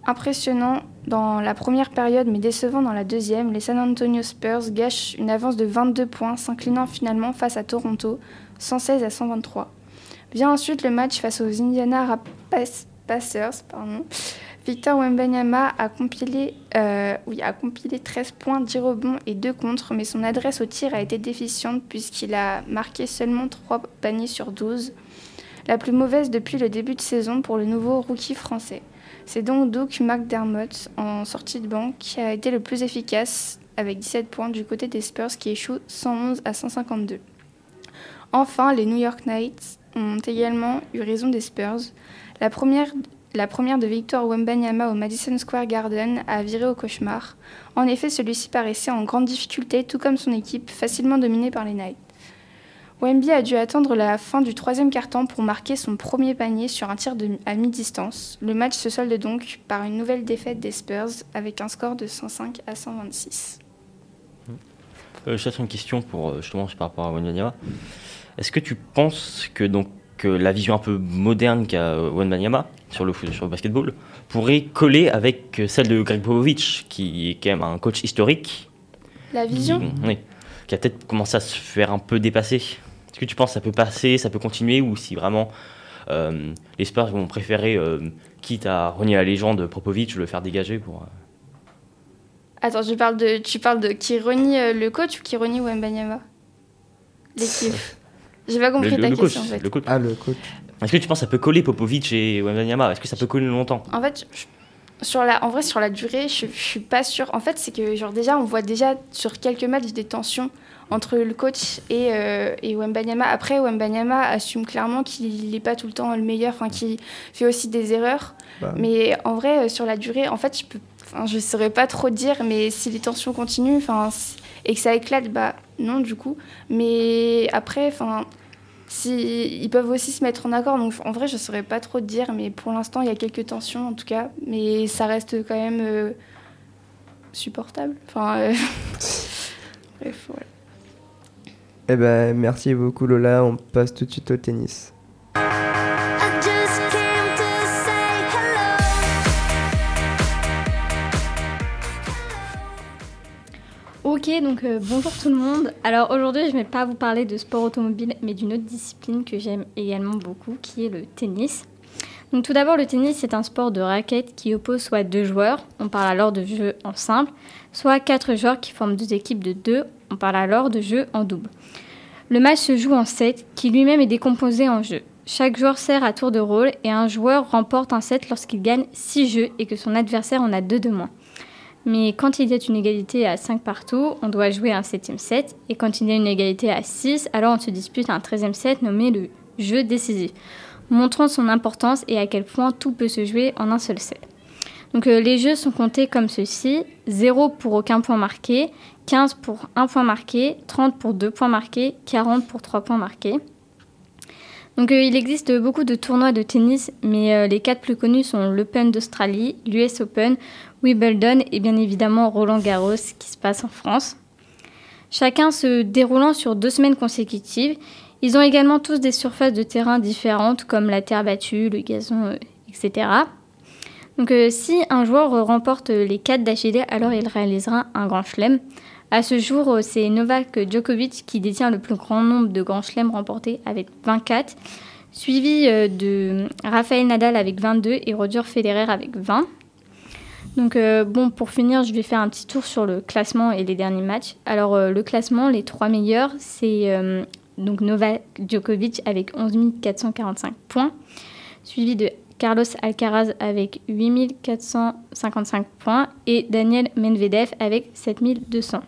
Speaker 6: impressionnant dans la première période mais décevant dans la deuxième, les San Antonio Spurs gâchent une avance de 22 points, s'inclinant finalement face à Toronto, 116 à 123. Vient ensuite le match face aux Indiana Rap- Pass- Pacers, pardon. Victor Wembanyama a compilé, euh, oui, a compilé 13 points, 10 rebonds et 2 contres, mais son adresse au tir a été déficiente puisqu'il a marqué seulement 3 paniers sur 12, la plus mauvaise depuis le début de saison pour le nouveau rookie français. C'est donc Doug McDermott en sortie de banc qui a été le plus efficace avec 17 points du côté des Spurs qui échouent 111 à 152. Enfin, les New York Knights ont également eu raison des Spurs. La première, la première de Victor Wembanyama au Madison Square Garden a viré au cauchemar. En effet, celui-ci paraissait en grande difficulté, tout comme son équipe, facilement dominée par les Knights. Wemby a dû attendre la fin du troisième quart-temps pour marquer son premier panier sur un tir de- à mi-distance. Le match se solde donc par une nouvelle défaite des Spurs avec un score de 105 à 126.
Speaker 7: Euh, je cherche une question pour euh, justement par rapport à Wembanyama. Est-ce que tu penses que donc que la vision un peu moderne qu'a euh, Wembanyama sur le foot- sur le basketball pourrait coller avec euh, celle de Greg Popovich qui est quand même un coach historique
Speaker 6: La vision
Speaker 7: Oui. qui a peut-être commencé à se faire un peu dépasser. Est-ce que tu penses que ça peut passer, ça peut continuer, ou si vraiment euh, les Spurs vont préférer, euh, quitte à renier la légende, Popovic, le faire dégager pour... euh,
Speaker 6: Attends, tu parles de, tu parles de qui renie euh, le coach ou qui renie Wembanyama L'équipe. J'ai pas compris
Speaker 7: le,
Speaker 6: ta
Speaker 7: le coach,
Speaker 6: question en fait.
Speaker 7: le coach.
Speaker 4: Ah, le coach.
Speaker 7: Est-ce que tu penses que ça peut coller Popovic et Wembanyama Est-ce que ça peut coller longtemps
Speaker 6: En fait, je- sur la, en vrai, sur la durée, je, je suis pas sûre. En fait, c'est que genre déjà, on voit déjà sur quelques matchs des tensions entre le coach et, euh, et Wembanyama. Après, Wembanyama assume clairement qu'il n'est pas tout le temps le meilleur, enfin qu'il fait aussi des erreurs.
Speaker 4: Bah.
Speaker 6: Mais en vrai, euh, sur la durée, en fait, je peux, enfin, je saurais pas trop dire. Mais si les tensions continuent, enfin, si- et que ça éclate, bah non, du coup. Mais après, enfin. Si, ils peuvent aussi se mettre en accord. Donc en vrai, je saurais pas trop te dire, mais pour l'instant, il y a quelques tensions en tout cas. Mais ça reste quand même euh, supportable. Enfin, euh, bref, voilà.
Speaker 4: Eh ben, merci beaucoup, Lola. On passe tout de suite au tennis.
Speaker 8: I just came to say hello.
Speaker 9: Ok, donc euh, bonjour tout le monde. Alors aujourd'hui, je ne vais pas vous parler de sport automobile, mais d'une autre discipline que j'aime également beaucoup, qui est le tennis. Donc tout d'abord, le tennis, c'est un sport de raquette qui oppose soit deux joueurs, on parle alors de jeu en simple, soit quatre joueurs qui forment deux équipes de deux, on parle alors de jeu en double. Le match se joue en set, qui lui-même est décomposé en jeux. Chaque joueur sert à tour de rôle et un joueur remporte un set lorsqu'il gagne six jeux et que son adversaire en a deux de moins. Mais quand il y a une égalité à 5 partout, on doit jouer un septième set. Et quand il y a une égalité à 6, alors on se dispute un 13e set nommé le jeu décisif, montrant son importance et à quel point tout peut se jouer en un seul set. Donc euh, les jeux sont comptés comme ceci 0 pour aucun point marqué, 15 pour 1 point marqué, 30 pour 2 points marqués, 40 pour 3 points marqués. Donc euh, il existe beaucoup de tournois de tennis, mais euh, les quatre plus connus sont l'Open d'Australie, l'US Open, Wimbledon et bien évidemment Roland Garros qui se passe en France. Chacun se déroulant sur deux semaines consécutives, ils ont également tous des surfaces de terrain différentes comme la terre battue, le gazon, euh, etc. Donc euh, si un joueur euh, remporte euh, les 4 d'Achille, alors il réalisera un grand chelem. À ce jour, euh, c'est Novak Djokovic qui détient le plus grand nombre de grands chelems remportés avec 24, suivi euh, de Rafael Nadal avec 22 et Roger Federer avec 20. Donc euh, bon, pour finir, je vais faire un petit tour sur le classement et les derniers matchs. Alors euh, le classement, les trois meilleurs, c'est euh, donc Novak Djokovic avec 11 445 points, suivi de Carlos Alcaraz avec 8 455 points et Daniel Medvedev avec 7200.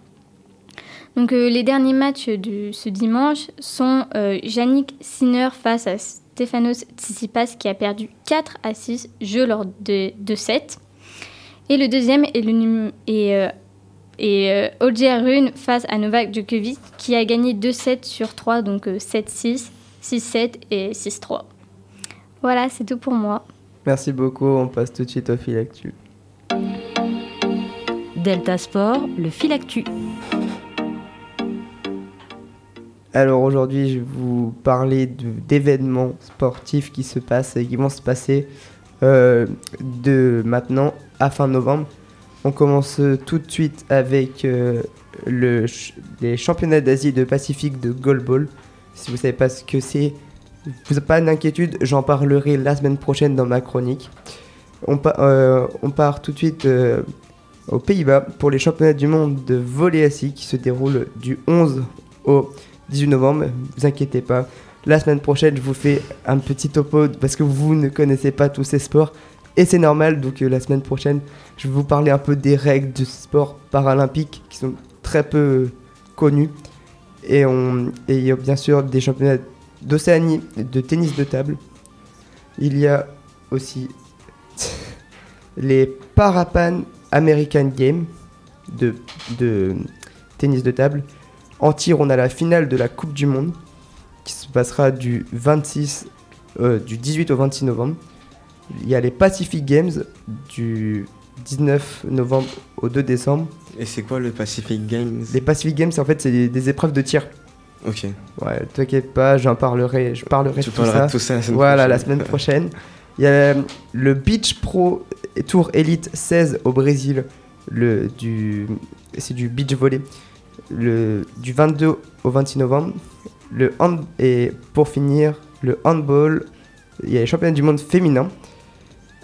Speaker 9: Donc euh, les derniers matchs de ce dimanche sont euh, Yannick Sinner face à Stefanos Tsitsipas qui a perdu 4 à 6 jeux lors de, de 7. Et le deuxième est, le num- est, euh, est, euh, Holger Rune face à Novak Djokovic qui a gagné 2-7 sur 3, donc euh, 7-6, 6-7 et 6-3. Voilà, c'est tout pour moi.
Speaker 4: Merci beaucoup, on passe tout de suite au fil actu.
Speaker 1: Delta Sport, le fil actu.
Speaker 4: Alors aujourd'hui, je vais vous parler de- d'événements sportifs qui se passent et qui vont se passer euh, de maintenant à fin novembre. On commence euh, tout de suite avec euh, le ch- les championnats d'Asie de Pacifique de goalball. Si vous savez pas ce que c'est, vous pas d'inquiétude, j'en parlerai la semaine prochaine dans ma chronique. On, pa- euh, on part tout de suite euh, aux Pays-Bas pour les championnats du monde de volley assis qui se déroulent du 11 au 18 novembre, vous inquiétez pas. La semaine prochaine, je vous fais un petit topo parce que vous ne connaissez pas tous ces sports et c'est normal. Donc euh, la semaine prochaine, je vais vous parler un peu des règles du sport paralympique qui sont très peu euh, connues. Et on- et il y a bien sûr des championnats d'Océanie de tennis de table. Il y a aussi les Parapan American Games de, de tennis de table. En tir, on a la finale de la Coupe du Monde qui se passera du 26, euh, du 18 au 26 novembre. Il y a les Pacific Games du 19 novembre au 2 décembre.
Speaker 5: Et c'est quoi le Pacific Games
Speaker 4: Les Pacific Games, en fait, c'est des, des épreuves de tir.
Speaker 5: Ok.
Speaker 4: Ouais, t'inquiète pas, j'en parlerai, je parlerai
Speaker 5: Tu
Speaker 4: de
Speaker 5: parleras de
Speaker 4: tout ça.
Speaker 5: tout ça la semaine
Speaker 4: Voilà,
Speaker 5: prochaine.
Speaker 4: la semaine prochaine. Il y a euh, le Beach Pro Tour Elite 16 au Brésil. Le, du, c'est du beach volley. Le, du 22 au 26 novembre. Le hand, et pour finir, le handball. Il y a les championnats du monde féminin.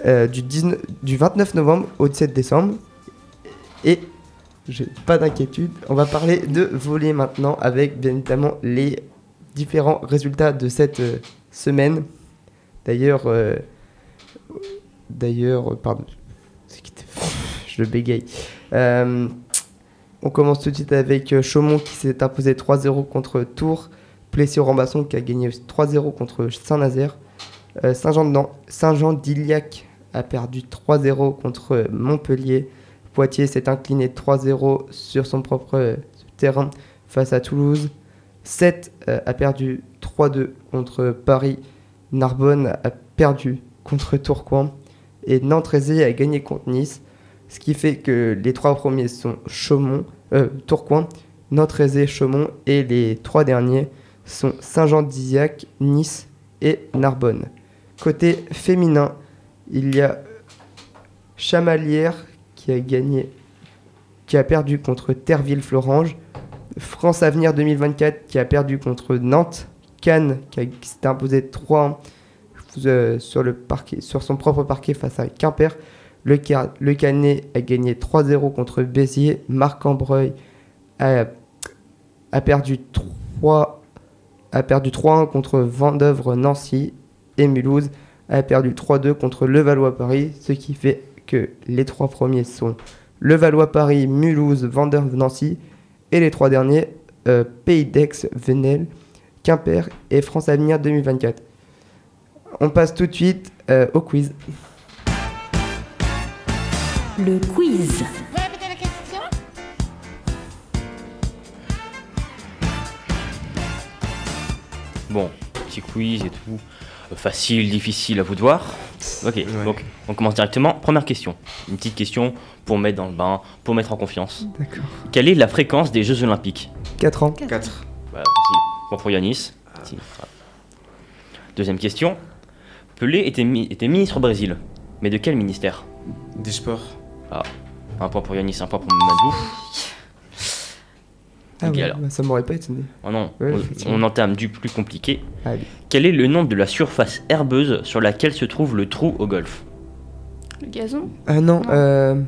Speaker 4: euh, du, 19 du 29 novembre au 17 décembre. Et, j'ai pas d'inquiétude, on va parler de volley maintenant avec bien évidemment les différents résultats de cette euh, semaine. D'ailleurs, euh, d'ailleurs, euh, pardon, c'est qui t'es- je bégaye. Euh, on commence tout de suite avec euh, Chaumont qui s'est imposé 3-0 contre Tours, Plessis-Rambasson qui a gagné 3-0 contre Saint-Nazaire, Euh, Saint-Jean-d'An- Saint-Jean-d'Iliac a perdu 3-0 contre Montpellier, Poitiers s'est incliné 3-0 sur son propre euh, terrain face à Toulouse, 7 a perdu 3-2 contre Paris. Narbonne a perdu contre Tourcoing. Et Nantes 13 a gagné contre Nice. Ce qui fait que les trois premiers sont Chaumont, euh, Tourcoing, Nantes 13 Chaumont. Et les trois derniers sont Saint-Jean-d'Isiac, Nice et Narbonne. Côté féminin, il y a Chamalière qui a gagné qui a perdu contre Terville-Florange. France Avenir 2024 qui a perdu contre Nantes. Cannes qui, a- qui s'est imposé 3 euh, sur, le parquet, sur son propre parquet face à Quimper. Le, Car- le Canet a gagné 3-0 contre Béziers. Marc-Ambreuil a, a perdu 3 a perdu 3-1 contre Vendœuvre Nancy et Mulhouse a perdu 3-2 contre Levallois Paris, ce qui fait que les trois premiers sont Levallois Paris, Mulhouse, Vendœuvre Nancy et les trois derniers euh, Pays d'Aix, Venel, Quimper et France Avenir 2024. On passe tout de suite euh, au quiz.
Speaker 1: Le quiz.
Speaker 7: Bon, petit quiz et tout. Euh, Facile, difficile à vous de voir. Ok, donc on commence directement. Première question. Une petite question pour mettre dans le bain, pour mettre en confiance.
Speaker 4: D'accord.
Speaker 7: Quelle est la fréquence des Jeux Olympiques
Speaker 4: 4 ans.
Speaker 5: 4.
Speaker 7: Voilà, facile. Bon pour Yanis. Petit. Deuxième question. Pelé était, mi- était ministre au Brésil. Mais de quel ministère
Speaker 5: Des sports.
Speaker 7: Un point pour Yanis, un point pour Mamadou.
Speaker 4: Ah
Speaker 7: Ok,
Speaker 4: ouais,
Speaker 7: alors.
Speaker 4: bah, ça m'aurait pas étonné.
Speaker 7: Oh non,
Speaker 4: Ouais,
Speaker 7: on-
Speaker 4: effectivement. Ah
Speaker 7: on, entame du plus compliqué.
Speaker 4: Allez.
Speaker 7: Quel est le nom de la surface herbeuse sur laquelle se trouve le trou au golf
Speaker 6: Le gazon
Speaker 4: Ah non,
Speaker 6: Non.
Speaker 4: euh...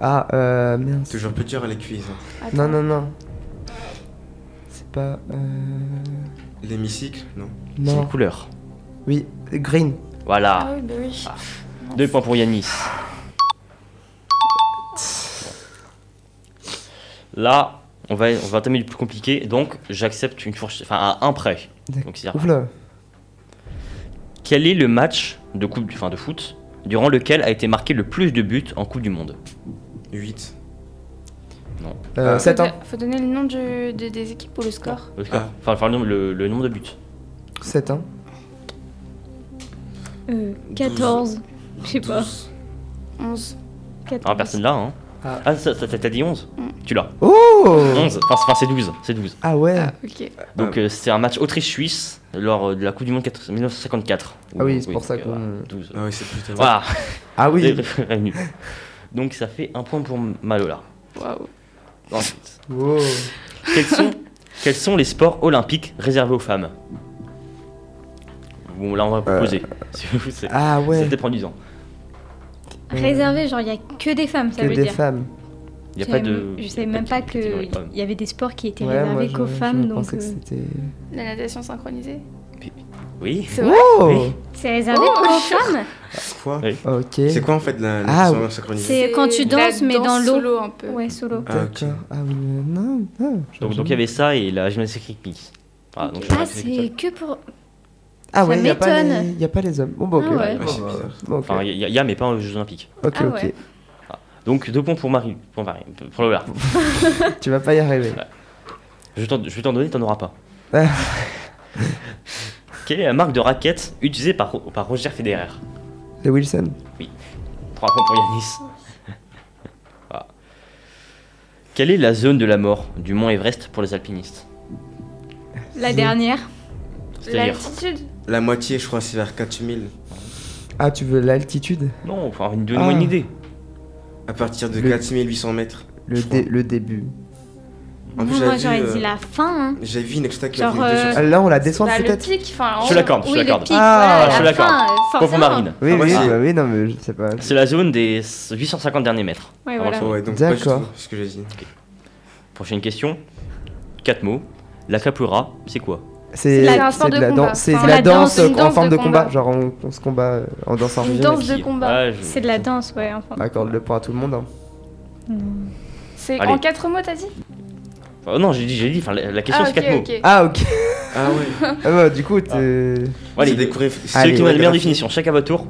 Speaker 4: Ah, euh... Merde.
Speaker 5: Toujours plus dur à les cuisses. hein.
Speaker 4: Non,
Speaker 6: Attends.
Speaker 4: non, non. C'est pas... Euh...
Speaker 5: L'hémicycle Non.
Speaker 7: C'est une
Speaker 4: Non.
Speaker 7: couleur.
Speaker 4: Oui, green.
Speaker 7: Voilà.
Speaker 6: Ah oui, bah oui.
Speaker 7: Deux points pour Yanis. Là, on va, on va entamer le plus compliqué. Donc, j'accepte une fourchette. Enfin, à un prêt.
Speaker 4: D'accord.
Speaker 7: Donc, c'est-à-dire,
Speaker 4: Ouf là.
Speaker 7: quel est le match de coupe, enfin, de foot durant lequel a été marqué le plus de buts en Coupe du Monde
Speaker 5: 8.
Speaker 4: Euh,
Speaker 5: Ah.
Speaker 6: Faut,
Speaker 4: 7 ans.
Speaker 6: do- faut donner le nom du- de- des équipes ou le score
Speaker 7: Le
Speaker 4: Ah.
Speaker 7: score. Enfin, enfin, le, le- le nombre de buts.
Speaker 4: 7 ans.
Speaker 9: Euh, 14. Je sais pas.
Speaker 5: 12.
Speaker 6: 11.
Speaker 9: 14.
Speaker 7: Ah, personne là, hein
Speaker 4: Ah.
Speaker 7: Ah, ça, ça- t'as dit 11
Speaker 6: Mm.
Speaker 7: Tu l'as.
Speaker 4: Oh
Speaker 7: 11 Enfin, c'est- enfin, c'est 12. C'est 12.
Speaker 4: Ah ouais
Speaker 6: Ah, ok.
Speaker 7: Donc euh, c'est un match Autriche-Suisse lors euh, de la Coupe du Monde 4- 1954.
Speaker 4: Ah oui, c'est pour ça
Speaker 7: donc,
Speaker 4: qu'on-
Speaker 7: euh, 12.
Speaker 5: Ah oui, c'est plus tard.
Speaker 7: Voilà,
Speaker 4: Ah
Speaker 7: j'ai
Speaker 4: oui
Speaker 7: prévenu. Donc ça fait un point pour Malola.
Speaker 6: Waouh.
Speaker 7: Ensuite,
Speaker 4: Wow.
Speaker 7: quels, sont, quels sont les sports olympiques réservés aux femmes Bon, là on va proposer. Si vous- c'est-
Speaker 4: Euh. Ah
Speaker 7: Ça
Speaker 4: ouais
Speaker 7: dépend du temps.
Speaker 9: Réservé, genre, il y a que des femmes, ça
Speaker 4: Que
Speaker 9: veut
Speaker 4: des
Speaker 9: dire.
Speaker 4: femmes.
Speaker 7: Il n'y a
Speaker 9: Je
Speaker 7: pas
Speaker 9: savais-
Speaker 7: de.
Speaker 9: Je
Speaker 7: y a
Speaker 9: savais
Speaker 7: pas
Speaker 9: même
Speaker 7: de
Speaker 9: pas
Speaker 7: catégorie
Speaker 9: qu'il
Speaker 7: femmes.
Speaker 9: y avait des sports qui étaient
Speaker 4: Ouais, moi
Speaker 9: réservés
Speaker 4: je,
Speaker 9: qu'aux
Speaker 4: je
Speaker 9: femmes, donc
Speaker 4: pensais que
Speaker 9: euh,
Speaker 4: c'était...
Speaker 6: La natation synchronisée
Speaker 7: Oui.
Speaker 6: C'est vrai
Speaker 4: Oh
Speaker 9: c'est réservé qu'aux femmes.
Speaker 5: Quoi
Speaker 7: Oui.
Speaker 4: Ok.
Speaker 5: C'est quoi en fait la, la
Speaker 4: Ah,
Speaker 5: natation
Speaker 4: oui.
Speaker 5: synchronisée
Speaker 9: C'est quand tu
Speaker 6: la
Speaker 9: danses, mais dans
Speaker 6: danse
Speaker 9: l'eau.
Speaker 6: solo un peu.
Speaker 9: Ouais, solo.
Speaker 5: Ah ok.
Speaker 4: D'accord. Ah oui, euh, non, non.
Speaker 7: Donc donc il y avait ça et la gymnastique rythmique. Voilà, donc, je
Speaker 9: Ah,
Speaker 7: vais répéter
Speaker 9: c'est que pour.
Speaker 4: Ah
Speaker 9: ça
Speaker 4: ouais, il n'y a, pas
Speaker 9: m'étonne.
Speaker 4: les- y a pas les hommes. Bon, bah, ok.
Speaker 9: Ah ouais.
Speaker 5: Ah, c'est bizarre.
Speaker 4: Bon,
Speaker 7: ça.
Speaker 4: ok,
Speaker 7: Enfin, il y, a- il y a, mais pas aux Jeux Olympiques.
Speaker 4: ok.
Speaker 9: Ah
Speaker 4: ok.
Speaker 9: ouais.
Speaker 7: Donc deux points pour Marie. Pour Marie. Pour Lola.
Speaker 4: Tu vas pas y arriver.
Speaker 7: Je vais t'en- je vais t'en donner, t'en auras pas.
Speaker 4: Ah.
Speaker 7: Quelle est la marque de raquette utilisée par, Ro- par Roger Federer
Speaker 4: Les Wilson.
Speaker 7: 3 points pour Yanis. Voilà. Quelle est la zone de la mort du mont Everest pour les alpinistes
Speaker 9: La dernière.
Speaker 7: C'est-à-dire
Speaker 6: L'altitude
Speaker 5: La moitié, je crois, c'est vers 4000.
Speaker 4: Ah, tu veux l'altitude
Speaker 7: Non, enfin, donne-moi
Speaker 4: Ah.
Speaker 7: une idée.
Speaker 5: À partir de
Speaker 4: Le-
Speaker 5: 4800 mètres.
Speaker 4: le,
Speaker 5: je crois.
Speaker 4: dé- le début.
Speaker 5: En plus,
Speaker 9: Non,
Speaker 5: j'avais
Speaker 9: moi,
Speaker 5: vu,
Speaker 9: j'aurais
Speaker 5: euh,
Speaker 9: dit la fin. hein.
Speaker 5: J'ai vu une extra qui
Speaker 9: Genre,
Speaker 5: a fait
Speaker 9: euh,
Speaker 4: Ah, Là, on la descend
Speaker 6: Bah, le
Speaker 4: peut-être
Speaker 6: pic, enfin.
Speaker 7: Je
Speaker 6: on-
Speaker 7: suis l'accorde, je
Speaker 9: Oui,
Speaker 7: suis
Speaker 9: le
Speaker 7: l'accorde.
Speaker 9: pic,
Speaker 4: Ah,
Speaker 9: voilà,
Speaker 7: je
Speaker 9: la
Speaker 7: suis
Speaker 9: fin, euh,
Speaker 7: Point pour
Speaker 9: forcément.
Speaker 7: Marine.
Speaker 4: Oui,
Speaker 5: Ah,
Speaker 4: oui,
Speaker 5: moi, c'est-
Speaker 4: bah oui, non, mais je sais pas.
Speaker 7: C'est la zone des 850 derniers mètres.
Speaker 9: Ouais,
Speaker 7: Avant
Speaker 9: voilà.
Speaker 7: le sommet.
Speaker 5: Ouais, donc pas du
Speaker 4: D'accord.
Speaker 5: tout ce que j'ai dit.
Speaker 7: Prochaine question. 4 mots. La capoeira, c'est quoi
Speaker 4: C'est
Speaker 6: C'est un sport
Speaker 4: c'est de
Speaker 6: de
Speaker 4: la
Speaker 6: combat.
Speaker 4: danse, c'est
Speaker 6: Enfin,
Speaker 4: de la
Speaker 9: la
Speaker 4: danse
Speaker 9: danse,
Speaker 4: euh,
Speaker 6: une
Speaker 4: en
Speaker 6: danse
Speaker 4: forme de
Speaker 6: de
Speaker 4: combat.
Speaker 6: combat.
Speaker 4: Genre, on, on se combat euh, en dansant.
Speaker 6: Une
Speaker 7: Je
Speaker 6: danse
Speaker 7: m'habille.
Speaker 6: de combat.
Speaker 7: Ah, je-
Speaker 9: C'est de la danse, ouais, enfin.
Speaker 4: Accorde le point à tout le monde. hein.
Speaker 6: C'est
Speaker 7: Allez.
Speaker 6: en quatre mots, t'as dit
Speaker 7: Enfin, Oh, non, j'ai dit, j'ai dit, enfin, la, la question
Speaker 6: Ah,
Speaker 7: c'est
Speaker 6: ok,
Speaker 7: 4 mots.
Speaker 6: ok.
Speaker 4: Ah, ok.
Speaker 5: Ah ouais.
Speaker 4: Ah, bah, du coup, t'es-
Speaker 7: Bon, allez,
Speaker 5: C'est découvrir.
Speaker 4: Allez,
Speaker 7: Celui qui m'a la meilleure
Speaker 5: chorégraphie.
Speaker 7: définition, chacun votre tour.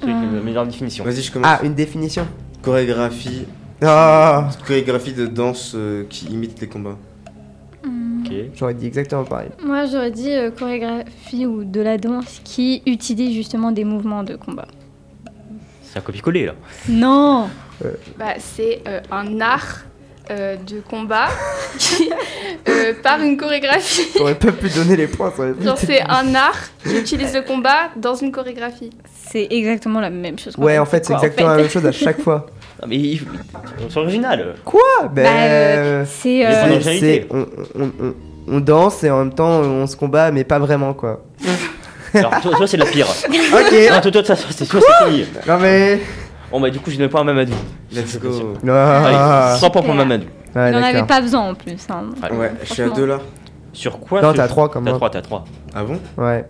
Speaker 7: Celui qui m'a la meilleure définition.
Speaker 5: Vas-y, je
Speaker 4: Ah,
Speaker 5: commence.
Speaker 4: une définition.
Speaker 5: Chorégraphie.
Speaker 4: Ah,
Speaker 5: Chorégraphie de danse euh, qui imite les combats.
Speaker 7: Ok.
Speaker 4: J'aurais dit exactement pareil.
Speaker 9: Mm. Moi, j'aurais dit euh, chorégraphie ou de la danse qui utilise justement des mouvements de combat.
Speaker 7: C'est un copier-coller là.
Speaker 9: Non
Speaker 6: Bah, c'est euh, un art euh, de combat qui, euh, par une chorégraphie.
Speaker 4: J'aurais pas pu donner les points. ça aurait pu
Speaker 6: Genre,
Speaker 4: été-
Speaker 6: c'est un art qui utilise le combat dans une chorégraphie.
Speaker 9: C'est exactement la même chose. qu'on
Speaker 4: Ouais,
Speaker 9: a
Speaker 4: en
Speaker 9: dit,
Speaker 4: fait, c'est
Speaker 9: quoi,
Speaker 4: exactement la même chose à chaque fois.
Speaker 7: Ah, mais il- c'est original.
Speaker 4: Quoi Ben,
Speaker 9: Bah, euh,
Speaker 4: euh,
Speaker 9: c'est.
Speaker 7: Mais
Speaker 9: euh,
Speaker 7: pendant-
Speaker 4: c'est-
Speaker 7: originalité.
Speaker 4: c'est- on, on- on- on danse et en même temps on se combat, mais pas vraiment quoi.
Speaker 7: Alors toi, toi, c'est la pire.
Speaker 4: ok
Speaker 7: Non, toi, toi, ça- ça- c'est toi, c'est fini.
Speaker 4: Non mais.
Speaker 7: Bon bah du coup, je donne pas un Mamadou.
Speaker 5: Let's go.
Speaker 4: Ah,
Speaker 7: Allez, 100 points pour
Speaker 9: Super.
Speaker 7: Mamadou.
Speaker 4: ouais,
Speaker 9: Il n'en avait
Speaker 4: d'accord.
Speaker 9: pas besoin en plus. hein.
Speaker 7: Allez.
Speaker 5: Ouais, je suis à
Speaker 9: Franchement.
Speaker 5: deux là.
Speaker 7: Sur quoi
Speaker 4: Non,
Speaker 7: se-
Speaker 4: t'as trois, comme
Speaker 7: T'as
Speaker 4: moi.
Speaker 7: 3, t'as 3.
Speaker 5: Ah bon
Speaker 4: Ouais.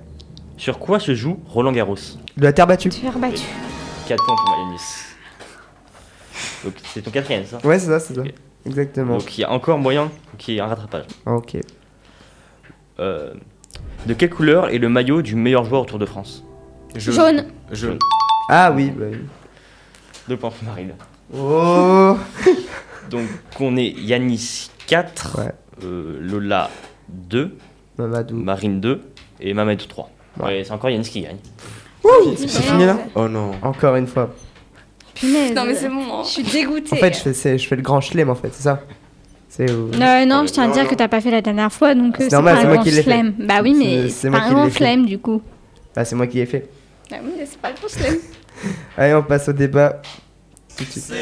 Speaker 7: Sur quoi se joue Roland Garros
Speaker 4: De la terre battue.
Speaker 9: Tu es rebattu.
Speaker 7: 4 points pour Malénis. Donc c'est ton quatrième, ça
Speaker 4: Ouais, c'est ça, c'est ça.
Speaker 7: Ok.
Speaker 4: Exactement. Ah,
Speaker 7: Donc il y a encore moyen qu'il y ait un rattrapage.
Speaker 4: Ok.
Speaker 7: Euh, de quelle couleur est le maillot du meilleur joueur au Tour de France
Speaker 5: Je-
Speaker 9: Jaune.
Speaker 5: Je.
Speaker 4: Ah oui. bah oui.
Speaker 7: 2 points pour Marine.
Speaker 4: Oh.
Speaker 7: Donc on est Yanis 4,
Speaker 4: Ouais.
Speaker 7: euh, Lola 2,
Speaker 4: Mamadou.
Speaker 7: Marine 2 et Mamadou 3.
Speaker 4: Ouais.
Speaker 7: Ouais, c'est encore Yanis qui gagne.
Speaker 5: C'est fini là Oh non.
Speaker 4: Encore une fois.
Speaker 9: Punaise.
Speaker 6: Non, mais c'est bon. hein.
Speaker 9: Je suis dégoûtée.
Speaker 4: En fait, je fais, c'est- je fais le grand chelem en fait, c'est ça. C'est où-
Speaker 9: Euh, Non, non, je tiens à
Speaker 5: Non,
Speaker 9: dire
Speaker 5: non.
Speaker 9: que t'as pas fait la dernière fois, donc euh,
Speaker 4: C'est
Speaker 9: c'est
Speaker 4: normal,
Speaker 9: pas
Speaker 4: c'est
Speaker 9: un
Speaker 4: moi
Speaker 9: grand
Speaker 4: qui l'ai fait.
Speaker 9: chelem. Bah oui, mais
Speaker 4: C'est- c'est
Speaker 9: c'est
Speaker 4: moi
Speaker 9: pas un
Speaker 4: qui l'ai
Speaker 9: grand
Speaker 4: fait.
Speaker 9: chelem du coup.
Speaker 4: Ah, c'est moi qui l'ai fait.
Speaker 6: Ah
Speaker 9: Bah oui, mais c'est pas le grand chelem.
Speaker 4: Allez, on passe au débat. Tout de suite.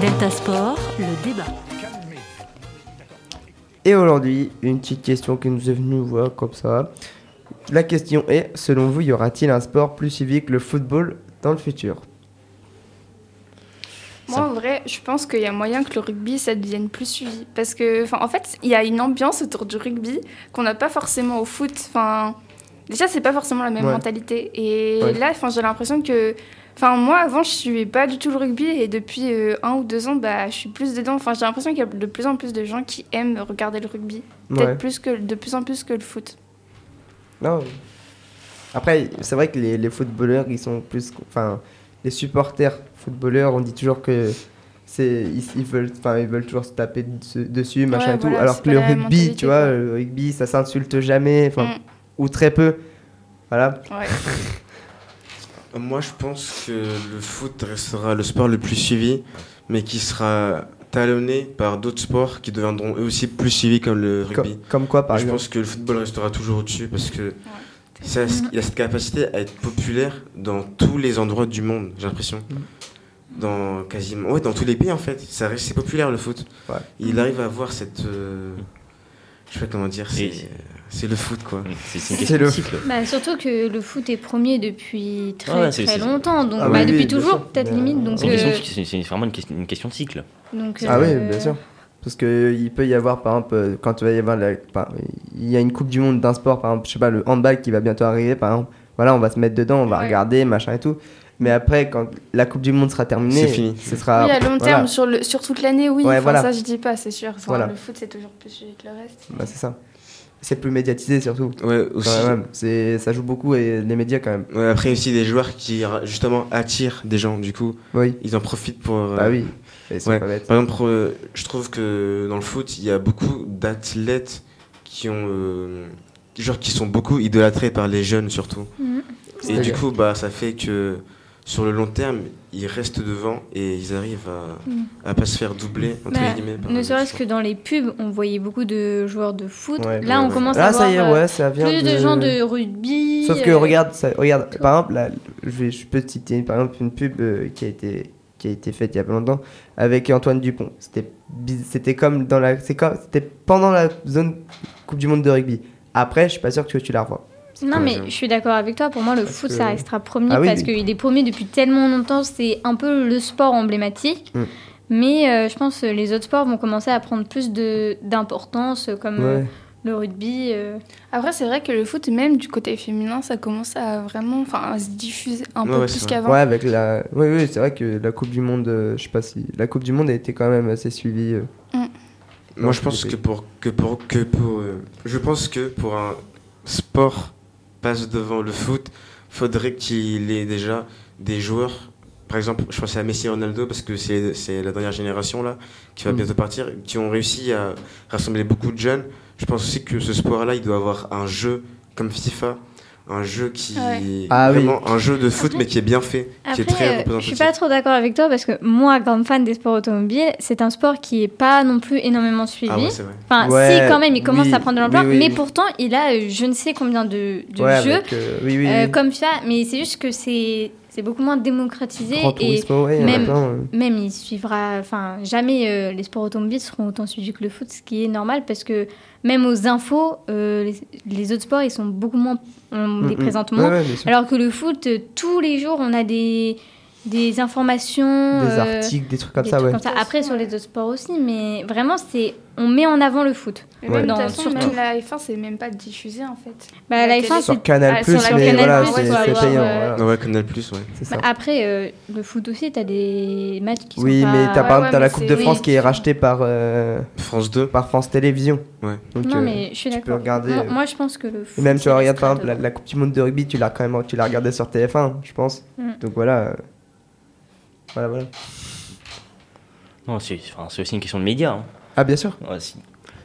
Speaker 1: Delta Sport, le débat.
Speaker 4: Et aujourd'hui, une petite question qui nous est venue voir comme ça. La question est, selon vous, y aura-t-il un sport plus suivi que le football dans le futur
Speaker 6: Moi, en vrai, je pense qu'il y a moyen que le rugby, ça devienne plus suivi. Parce que, enfin, en fait, il y a une ambiance autour du rugby qu'on n'a pas forcément au foot. Enfin, déjà, c'est pas forcément la même
Speaker 4: Ouais.
Speaker 6: mentalité. Et
Speaker 4: Ouais.
Speaker 6: là, enfin, j'ai l'impression que. Enfin, moi, avant, je suivais pas du tout le rugby. Et depuis euh, un ou deux ans, bah, je suis plus dedans. Enfin, j'ai l'impression qu'il y a de plus en plus de gens qui aiment regarder le rugby. Peut-être
Speaker 4: Ouais.
Speaker 6: plus que, de plus en plus que le foot.
Speaker 4: Non. Après, c'est vrai que les, les footballeurs, ils sont plus... Enfin, les supporters footballeurs, on dit toujours que... C'est, ils, ils veulent, enfin, ils veulent toujours se taper de- dessus, machin
Speaker 6: Ouais,
Speaker 4: et tout.
Speaker 6: voilà,
Speaker 4: Alors
Speaker 6: c'est
Speaker 4: que
Speaker 6: pas
Speaker 4: le
Speaker 6: la même
Speaker 4: rugby, tu
Speaker 6: mentalité,
Speaker 4: vois,
Speaker 6: quoi. Mm.
Speaker 4: le rugby, ça s'insulte jamais, enfin, ou très peu. Voilà.
Speaker 6: Ouais.
Speaker 5: Moi, je pense que le foot restera le sport le plus suivi, mais qui sera talonné par d'autres sports qui deviendront eux aussi plus suivis comme le
Speaker 4: Com-
Speaker 5: rugby.
Speaker 4: Comme, quoi, par
Speaker 5: je
Speaker 4: exemple.
Speaker 5: pense que le football restera toujours au-dessus parce que ça, il a cette capacité à être populaire dans tous les endroits du monde, j'ai l'impression.
Speaker 4: Mm.
Speaker 5: Dans quasiment, ouais, dans tous les pays en fait. Ça reste c'est populaire le foot.
Speaker 4: Ouais.
Speaker 5: Il arrive à avoir cette, euh, je sais pas comment dire, c'est,
Speaker 7: Et-
Speaker 5: c'est le foot quoi.
Speaker 7: C'est c'est
Speaker 4: C'est
Speaker 7: une question
Speaker 4: le-
Speaker 7: de cycle.
Speaker 9: Bah surtout que le foot est premier depuis très
Speaker 7: Ah ouais, c'est-
Speaker 9: très
Speaker 7: c'est-
Speaker 9: longtemps, donc
Speaker 4: Ah oui,
Speaker 9: bah, depuis
Speaker 4: oui, bien
Speaker 9: toujours
Speaker 4: sûr.
Speaker 9: peut-être
Speaker 4: Mais,
Speaker 9: limite.
Speaker 4: euh,
Speaker 9: Donc,
Speaker 7: C'est une question
Speaker 9: euh,
Speaker 7: de- c'est- c'est vraiment une question, une question de cycle.
Speaker 9: donc
Speaker 4: Ah oui,
Speaker 9: euh,
Speaker 4: bien sûr. Parce que euh, il peut y avoir, par exemple, euh, quand il va y avoir la- par- il y a une Coupe du Monde d'un sport, par exemple, je sais pas, le handball qui va bientôt arriver, par exemple, voilà, on va se mettre dedans, on va
Speaker 9: Ouais.
Speaker 4: regarder, machin et tout. Mais après, quand la Coupe du Monde sera terminée,
Speaker 5: C'est fini.
Speaker 4: ce sera.
Speaker 6: oui, à long
Speaker 4: Ah, voilà.
Speaker 6: terme, sur, le, sur toute l'année, oui.
Speaker 4: Ouais,
Speaker 6: Enfin,
Speaker 4: voilà.
Speaker 6: Ça, je dis pas, c'est sûr. Enfin,
Speaker 4: Voilà.
Speaker 6: Le foot, c'est toujours plus suivi que le reste.
Speaker 4: Bah, c'est ça. C'est plus médiatisé surtout.
Speaker 5: Ouais, aussi.
Speaker 4: Quand même, c'est ça joue beaucoup et les médias quand même.
Speaker 5: Ouais, après aussi des joueurs qui justement attirent des gens, du coup
Speaker 4: Oui.
Speaker 5: ils en profitent pour. euh,
Speaker 4: Bah oui. Ils sont
Speaker 5: Ouais.
Speaker 4: pas bêtes.
Speaker 5: Par exemple, euh, je trouve que dans le foot, il y a beaucoup d'athlètes qui ont. euh, genre qui sont beaucoup idolâtrés par les jeunes surtout.
Speaker 9: Mhm.
Speaker 5: Et du
Speaker 4: C'est-à-dire
Speaker 5: coup, bah, ça fait que sur le long terme, ils restent devant et ils arrivent à,
Speaker 9: Mhm.
Speaker 5: à pas se faire doubler, entre
Speaker 9: Bah,
Speaker 5: guillemets. par
Speaker 9: ne
Speaker 5: les
Speaker 9: serait-ce
Speaker 5: autres.
Speaker 9: que dans les pubs, on voyait beaucoup de joueurs de foot.
Speaker 4: Ouais,
Speaker 9: Là,
Speaker 5: ouais,
Speaker 9: on
Speaker 5: ouais.
Speaker 9: commence à
Speaker 4: Là,
Speaker 9: voir
Speaker 4: Ah, ça y est,
Speaker 9: euh,
Speaker 4: ouais, ça vient.
Speaker 9: plus de gens de rugby.
Speaker 4: Sauf que
Speaker 9: euh,
Speaker 4: regarde, ça- regarde
Speaker 9: tout.
Speaker 4: par exemple, là, je, vais- je peux te citer par exemple une pub euh, qui, a été, qui a été faite il y a pas longtemps avec Antoine Dupont. C'était biz- C'était comme dans la. c'est comme- C'était pendant la zone Coupe du Monde de rugby. Après, je suis pas sûr que tu la revois.
Speaker 9: Non, mais
Speaker 5: raison.
Speaker 9: je suis d'accord avec toi. Pour moi, le
Speaker 4: Parce
Speaker 9: foot,
Speaker 4: que-
Speaker 9: ça restera premier
Speaker 4: Ah oui,
Speaker 9: parce
Speaker 4: oui.
Speaker 9: qu'il est premier depuis tellement longtemps. C'est un peu le sport emblématique.
Speaker 4: Mm.
Speaker 9: Mais euh, je pense que les autres sports vont commencer à prendre plus de- d'importance, comme euh,
Speaker 4: Ouais.
Speaker 9: le rugby. euh.
Speaker 6: Après, c'est vrai que le foot, même du côté féminin, ça commence à vraiment enfin, à se diffuser un
Speaker 5: Ouais,
Speaker 6: peu
Speaker 5: ouais, c'est
Speaker 6: plus
Speaker 5: vrai.
Speaker 6: qu'avant.
Speaker 4: Ouais, avec la. Oui, oui, c'est vrai que la Coupe du Monde, euh, je sais pas si. La Coupe du Monde a été quand même assez suivie. euh.
Speaker 5: Moi, je pense que pour que pour que pour euh, je pense que pour un sport passe devant le foot, faudrait qu'il ait déjà des joueurs. Par exemple, je pense à Messi et Ronaldo parce que c'est c'est la dernière génération là qui va
Speaker 4: Mm.
Speaker 5: bientôt partir, qui ont réussi à rassembler beaucoup de jeunes. Je pense aussi que ce sport-là, il doit avoir un jeu comme FIFA un jeu qui
Speaker 6: Ouais.
Speaker 4: Ah oui.
Speaker 5: vraiment un jeu de foot
Speaker 9: Après-
Speaker 5: mais qui est bien fait, qui est très
Speaker 9: Après, euh, je suis
Speaker 5: représentatif.
Speaker 9: pas trop d'accord avec toi parce que moi, grande fan des sports automobiles, c'est un sport qui est pas non plus énormément suivi.
Speaker 5: ah ouais, c'est vrai.
Speaker 9: Enfin,
Speaker 4: Ouais,
Speaker 9: si, quand même, il commence
Speaker 4: oui,
Speaker 9: à prendre de l'ampleur,
Speaker 4: oui, oui,
Speaker 9: mais
Speaker 4: oui.
Speaker 9: pourtant, il a euh, je ne sais combien de, de
Speaker 4: Ouais,
Speaker 9: jeux
Speaker 4: avec, euh, oui, oui,
Speaker 9: euh,
Speaker 4: oui.
Speaker 9: comme ça, mais c'est juste que c'est c'est beaucoup moins démocratisé
Speaker 4: Grand
Speaker 9: et
Speaker 4: Turismo, ouais, il y en a
Speaker 9: même-
Speaker 4: plein, euh.
Speaker 9: même il suivra, enfin, jamais euh, les sports automobiles seront autant suivis que le foot, ce qui est normal parce que même aux infos, euh, les, les autres sports, ils sont beaucoup moins, on les
Speaker 4: Mm, mm.
Speaker 9: présente
Speaker 4: Ouais,
Speaker 9: moins.
Speaker 4: ouais, bien sûr.
Speaker 9: Alors que le foot, euh, tous les jours, on a des, des informations.
Speaker 4: des
Speaker 9: euh,
Speaker 4: articles, des trucs comme
Speaker 9: des
Speaker 4: ça,
Speaker 9: trucs
Speaker 4: ouais.
Speaker 9: comme Après, sur les autres sports aussi, mais vraiment, c'est on met en avant le foot.
Speaker 6: Mais
Speaker 4: Ouais.
Speaker 6: même, de
Speaker 9: Non,
Speaker 6: toute façon,
Speaker 9: surtout.
Speaker 6: même la F1, c'est même pas diffusé en fait.
Speaker 9: Bah, la
Speaker 6: La
Speaker 9: F1,
Speaker 6: télé.
Speaker 9: c'est
Speaker 4: Sur Canal+,
Speaker 6: Ah, sur la
Speaker 4: mais
Speaker 9: Canal+,
Speaker 4: voilà,
Speaker 9: ouais,
Speaker 4: c'est
Speaker 9: faut
Speaker 4: c'est
Speaker 9: avoir,
Speaker 4: payant,
Speaker 9: euh,
Speaker 4: voilà,
Speaker 5: Ah ouais, Canal Plus, ouais.
Speaker 4: c'est ça.
Speaker 9: Bah, après, euh, le foot aussi, t'as des matchs qui
Speaker 4: Oui,
Speaker 9: sont
Speaker 4: mais
Speaker 9: pas...
Speaker 4: t'as par
Speaker 6: Ouais, ouais,
Speaker 4: exemple, t'as la
Speaker 6: mais
Speaker 4: Coupe
Speaker 6: c'est-
Speaker 4: de France
Speaker 6: oui.
Speaker 4: qui est rachetée par, euh,
Speaker 5: France 2.
Speaker 4: par France Télévisions.
Speaker 5: Ouais.
Speaker 4: Donc,
Speaker 9: Non,
Speaker 4: euh,
Speaker 9: mais je suis
Speaker 4: tu
Speaker 9: d'accord.
Speaker 4: peux regarder,
Speaker 9: Moi,
Speaker 4: euh,
Speaker 9: moi, je pense que le foot...
Speaker 4: et même tu
Speaker 9: c'est
Speaker 4: regardes par exemple la,
Speaker 9: restreint
Speaker 4: la Coupe du Monde de rugby, tu l'as quand même tu l'as regardée sur TF1, je pense.
Speaker 9: Mm.
Speaker 4: Donc voilà. euh, Voilà, voilà.
Speaker 7: Non, c'est enfin, c'est aussi une question de médias. hein.
Speaker 4: Ah, bien sûr.
Speaker 7: Ouais, si-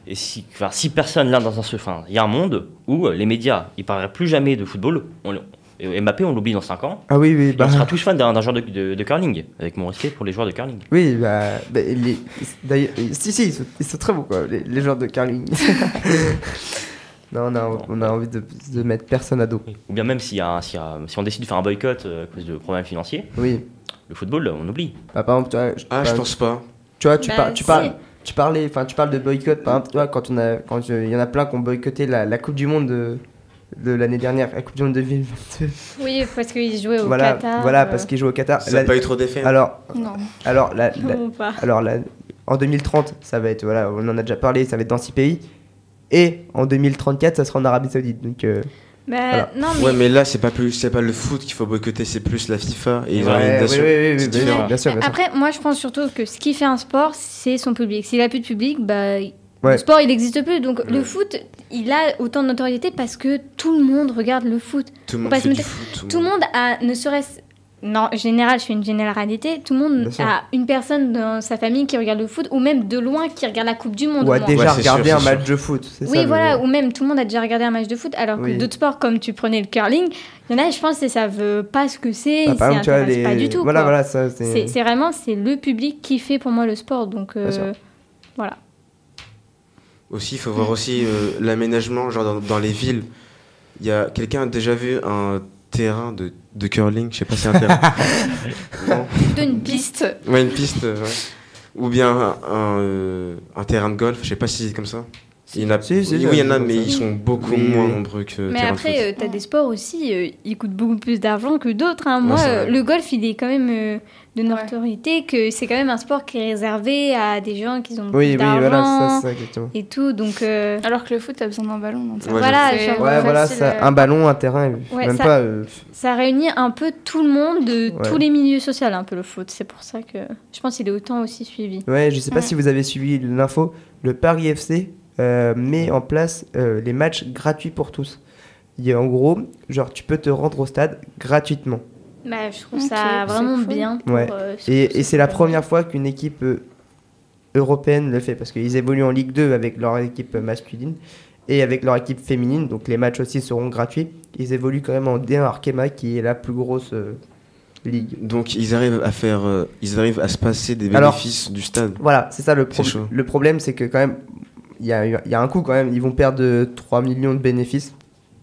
Speaker 7: et si, enfin, si personne là dans un seul, enfin, il y a un monde où euh, les médias, ils parleraient plus jamais de football. On, le- et Mbappé, on l'oublie dans 5 ans.
Speaker 4: Ah oui, oui,
Speaker 7: Et ben-
Speaker 4: bah.
Speaker 7: on sera tous fans d'un d'un joueur de, de- de curling, avec mon respect pour les joueurs de curling.
Speaker 4: Oui, bah. bah, les- D'ailleurs, euh, si, si, ils sont, ils sont très bons, quoi, les, les joueurs de curling. non, on a, on a envie de, de mettre personne à dos.
Speaker 7: Ou bien même s'il y a un- s'il y a- si on décide de faire un boycott euh, à cause de problèmes financiers,
Speaker 4: Oui.
Speaker 7: le football, on oublie.
Speaker 4: Bah, par exemple, tu vois, je-
Speaker 5: Ah, je
Speaker 4: bah,
Speaker 5: pense pas.
Speaker 4: Tu vois, tu,
Speaker 9: Bah,
Speaker 4: par- tu
Speaker 9: si.
Speaker 4: parles, tu parlais, enfin, tu parles de boycott. Par exemple, tu vois, quand on a, quand euh, il y en a plein qui ont boycotté la, la Coupe du Monde de, de l'année dernière, la Coupe du Monde 2022.
Speaker 9: de- Oui, parce qu'ils jouaient au
Speaker 4: voilà,
Speaker 9: Qatar.
Speaker 4: voilà,
Speaker 9: euh,
Speaker 4: parce qu'ils jouent au Qatar.
Speaker 5: Ça
Speaker 4: La- Ah,
Speaker 5: n'a pas eu trop d'effet.
Speaker 4: alors,
Speaker 6: Non.
Speaker 4: alors, la, la-
Speaker 9: ou pas.
Speaker 4: alors, la- en 2030, ça va être, voilà, on en a déjà parlé, ça va être dans six pays. Et en 2034, ça sera en Arabie Saoudite. Donc, euh,
Speaker 9: Bah, Non, mais...
Speaker 5: Ouais, mais là, c'est pas plus, c'est pas le foot qu'il faut boycotter, c'est plus la FIFA et les
Speaker 4: ouais,
Speaker 5: organisations.
Speaker 4: oui, oui, oui,
Speaker 5: c'est
Speaker 4: oui, bien
Speaker 5: différent.
Speaker 4: sûr, bien sûr, bien sûr.
Speaker 9: Après, moi, je pense surtout que ce qui fait un sport, c'est son public. S'il a plus de public, bah,
Speaker 4: Ouais.
Speaker 9: le sport, il n'existe plus. Donc, le foot, il a autant de notoriété parce que tout le monde regarde le foot.
Speaker 5: Tout le
Speaker 9: Faut
Speaker 5: monde
Speaker 9: pas se
Speaker 5: fait du
Speaker 9: mettre-
Speaker 5: foot.
Speaker 9: Tout le monde a, ne serait-ce... Non, général, je fais une généralité. Tout le monde
Speaker 4: Bien sûr.
Speaker 9: a une personne dans sa famille qui regarde le foot, ou même de loin qui regarde la Coupe du Monde.
Speaker 4: Ou a
Speaker 9: au moins.
Speaker 4: déjà
Speaker 5: Ouais, c'est sûr,
Speaker 4: regardé
Speaker 5: c'est
Speaker 4: un
Speaker 5: sûr.
Speaker 4: match de foot. c'est
Speaker 9: Oui,
Speaker 4: ça, le- Ah,
Speaker 9: voilà, ou même tout le monde a déjà regardé un match de foot, alors que
Speaker 4: Oui.
Speaker 9: d'autres sports, comme tu prenais le curling, il y en a, je pense, ils savent pas ce que c'est,
Speaker 4: Bah,
Speaker 9: ils s'y
Speaker 4: par exemple, tu vois,
Speaker 9: intéressent pas
Speaker 4: les-
Speaker 9: du tout.
Speaker 4: Voilà,
Speaker 9: quoi.
Speaker 4: voilà, ça, c'est.
Speaker 9: C'est c'est vraiment c'est le public qui fait pour moi le sport, donc euh,
Speaker 4: sûr.
Speaker 9: voilà.
Speaker 5: Aussi, il faut voir aussi euh, l'aménagement, genre dans, dans les villes. Il y a quelqu'un a déjà vu un terrain de, de curling, je sais pas si c'est un terrain. Non.
Speaker 9: une
Speaker 6: Piste.
Speaker 5: Ouais, une piste, euh, ouais. Ou bien un, un, euh, un terrain de golf, je sais pas si c'est comme ça. Il y en a,
Speaker 4: Si, si,
Speaker 5: oui,
Speaker 4: si,
Speaker 5: oui, il y en a,
Speaker 4: comme
Speaker 5: mais
Speaker 4: ça.
Speaker 5: ils sont beaucoup
Speaker 4: Oui,
Speaker 5: moins
Speaker 4: oui.
Speaker 5: nombreux que.
Speaker 9: Mais
Speaker 5: terrain de foot.
Speaker 9: après, tu as des sports aussi, euh, ils coûtent beaucoup plus d'argent que d'autres. hein. Moi,
Speaker 5: c'est
Speaker 9: euh,
Speaker 5: vrai.
Speaker 9: le golf, il est quand même euh, de notoriété, que c'est quand même un sport qui est réservé à des gens qui ont
Speaker 4: Oui, oui,
Speaker 9: plus d'argent
Speaker 4: voilà, ça, ça, exactement.
Speaker 9: et tout, donc... euh,
Speaker 6: Alors que le foot, t'as besoin d'un ballon. Donc ça
Speaker 5: Ouais,
Speaker 6: va,
Speaker 9: voilà,
Speaker 6: c'est
Speaker 9: genre,
Speaker 4: Ouais,
Speaker 6: facile,
Speaker 4: voilà,
Speaker 6: euh,
Speaker 4: ça, un ballon, un terrain, et
Speaker 9: Ouais,
Speaker 4: même
Speaker 9: ça-
Speaker 4: pas. euh,
Speaker 9: Ça réunit un peu tout le monde de
Speaker 4: Ouais.
Speaker 9: tous les milieux sociaux, un peu le foot. C'est pour ça que je pense qu'il est autant aussi suivi.
Speaker 4: Ouais, je sais pas
Speaker 6: Ouais.
Speaker 4: si vous avez suivi l'info, le Paris FC euh, met en place euh, les matchs gratuits pour tous. Il y a en gros, genre tu peux te rendre au stade gratuitement.
Speaker 9: Bah, je trouve
Speaker 6: Ok,
Speaker 9: ça
Speaker 6: c'est
Speaker 9: vraiment
Speaker 6: cool.
Speaker 9: bien. pour,
Speaker 4: Ouais.
Speaker 9: euh, surtout
Speaker 4: Et, et
Speaker 9: ce
Speaker 4: c'est la
Speaker 9: sport.
Speaker 4: première fois qu'une équipe euh, européenne le fait, parce qu'ils évoluent en Ligue 2 avec leur équipe masculine et avec leur équipe féminine, donc les matchs aussi seront gratuits. Ils évoluent quand même en D1 Arkema, qui est la plus grosse euh, ligue.
Speaker 9: euh,
Speaker 5: Donc ils arrivent à faire, euh, ils arrivent à se passer des
Speaker 4: Alors-
Speaker 5: bénéfices du stade.
Speaker 4: Voilà, c'est ça le, pro-
Speaker 5: C'est chaud.
Speaker 4: le problème, c'est que quand même, il y a, eu- il y a un coût quand même. Ils vont perdre euh, 3 millions de bénéfices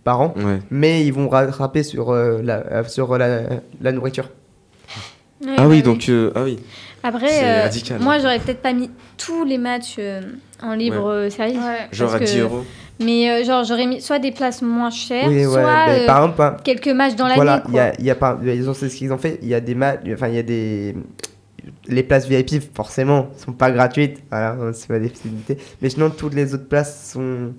Speaker 4: par an,
Speaker 5: Ouais.
Speaker 4: mais ils vont rattraper sur, euh, la, euh, sur euh, la, la nourriture.
Speaker 9: Ouais,
Speaker 5: Ah
Speaker 9: bah
Speaker 5: oui, donc euh, ah oui. C'est
Speaker 9: Après, euh,
Speaker 5: radical. hein.
Speaker 9: moi, j'aurais peut-être pas mis tous les matchs euh, en libre euh, service.
Speaker 6: Ouais.
Speaker 5: Genre
Speaker 9: parce
Speaker 5: à 10
Speaker 9: que-
Speaker 5: euros.
Speaker 9: Mais euh, genre, j'aurais mis soit des places moins chères,
Speaker 4: Oui, ouais,
Speaker 9: soit
Speaker 4: mais
Speaker 9: euh,
Speaker 4: par exemple, hein,
Speaker 9: quelques matchs dans l'année.
Speaker 4: voilà,
Speaker 9: quoi.
Speaker 4: il y a, il y a pas, ils ont c'est ce qu'ils ont fait. Il y a des matchs, enfin, il y a des. Les places VIP, forcément, sont pas gratuites. Voilà, hein, c'est pas des possibilités. Mais sinon, toutes les autres places sont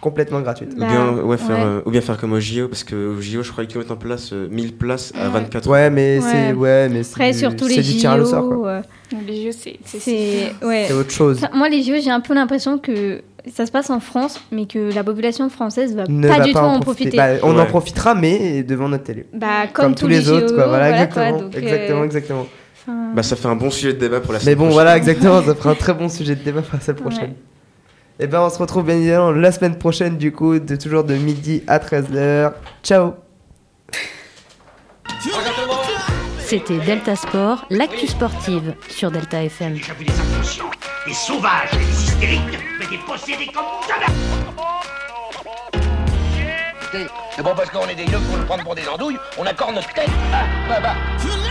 Speaker 4: complètement gratuites.
Speaker 5: Ou
Speaker 9: Bah,
Speaker 5: bien, ouais, faire,
Speaker 9: ouais.
Speaker 5: euh, ou bien faire comme au JO, parce que au JO, je crois qu'ils mettent en place euh, 1000 places à
Speaker 6: Ouais.
Speaker 5: 24
Speaker 4: Ouais, mais c'est.
Speaker 9: Ouais.
Speaker 4: Ouais, mais c'est.
Speaker 9: Après,
Speaker 4: du-
Speaker 9: sur tous
Speaker 4: c'est
Speaker 9: les
Speaker 4: du tir à
Speaker 9: JO,
Speaker 4: le sort, quoi.
Speaker 9: euh,
Speaker 6: Donc Les jeux, c'est. c'est-
Speaker 9: c'est... Ouais.
Speaker 4: C'est autre chose.
Speaker 9: Enfin, moi, les JO, j'ai un peu l'impression que ça se passe en France, mais que la population française va
Speaker 4: ne
Speaker 9: pas
Speaker 4: va
Speaker 9: du
Speaker 4: pas
Speaker 9: tout
Speaker 4: en
Speaker 9: en profiter.
Speaker 4: profiter. Bah, on en
Speaker 5: Ouais.
Speaker 4: profitera, mais devant notre télé.
Speaker 9: Bah,
Speaker 4: Comme,
Speaker 9: comme,
Speaker 4: tous les autres,
Speaker 9: JO,
Speaker 4: quoi. Voilà, exactement.
Speaker 9: donc, euh,
Speaker 4: exactement, exactement.
Speaker 9: enfin,
Speaker 5: Bah, ça fait un bon sujet de débat pour la
Speaker 4: Mais
Speaker 5: semaine
Speaker 4: bon,
Speaker 5: prochaine.
Speaker 4: voilà, exactement. Ça fera un très bon sujet de débat pour la semaine
Speaker 9: Ouais.
Speaker 4: prochaine. Et ben on se retrouve bien évidemment la semaine prochaine du coup, de toujours de midi à 13h. Ciao
Speaker 1: C'était Delta Sport, l'actu sportive sur Delta FM.
Speaker 2: J'ai vu des inconscients, des sauvages, des hystériques, mais des possédés comme jamais
Speaker 3: C'est bon parce qu'on est des yeux pour nous prendre pour des andouilles, on accorde notre tête. Ah, bah, bah.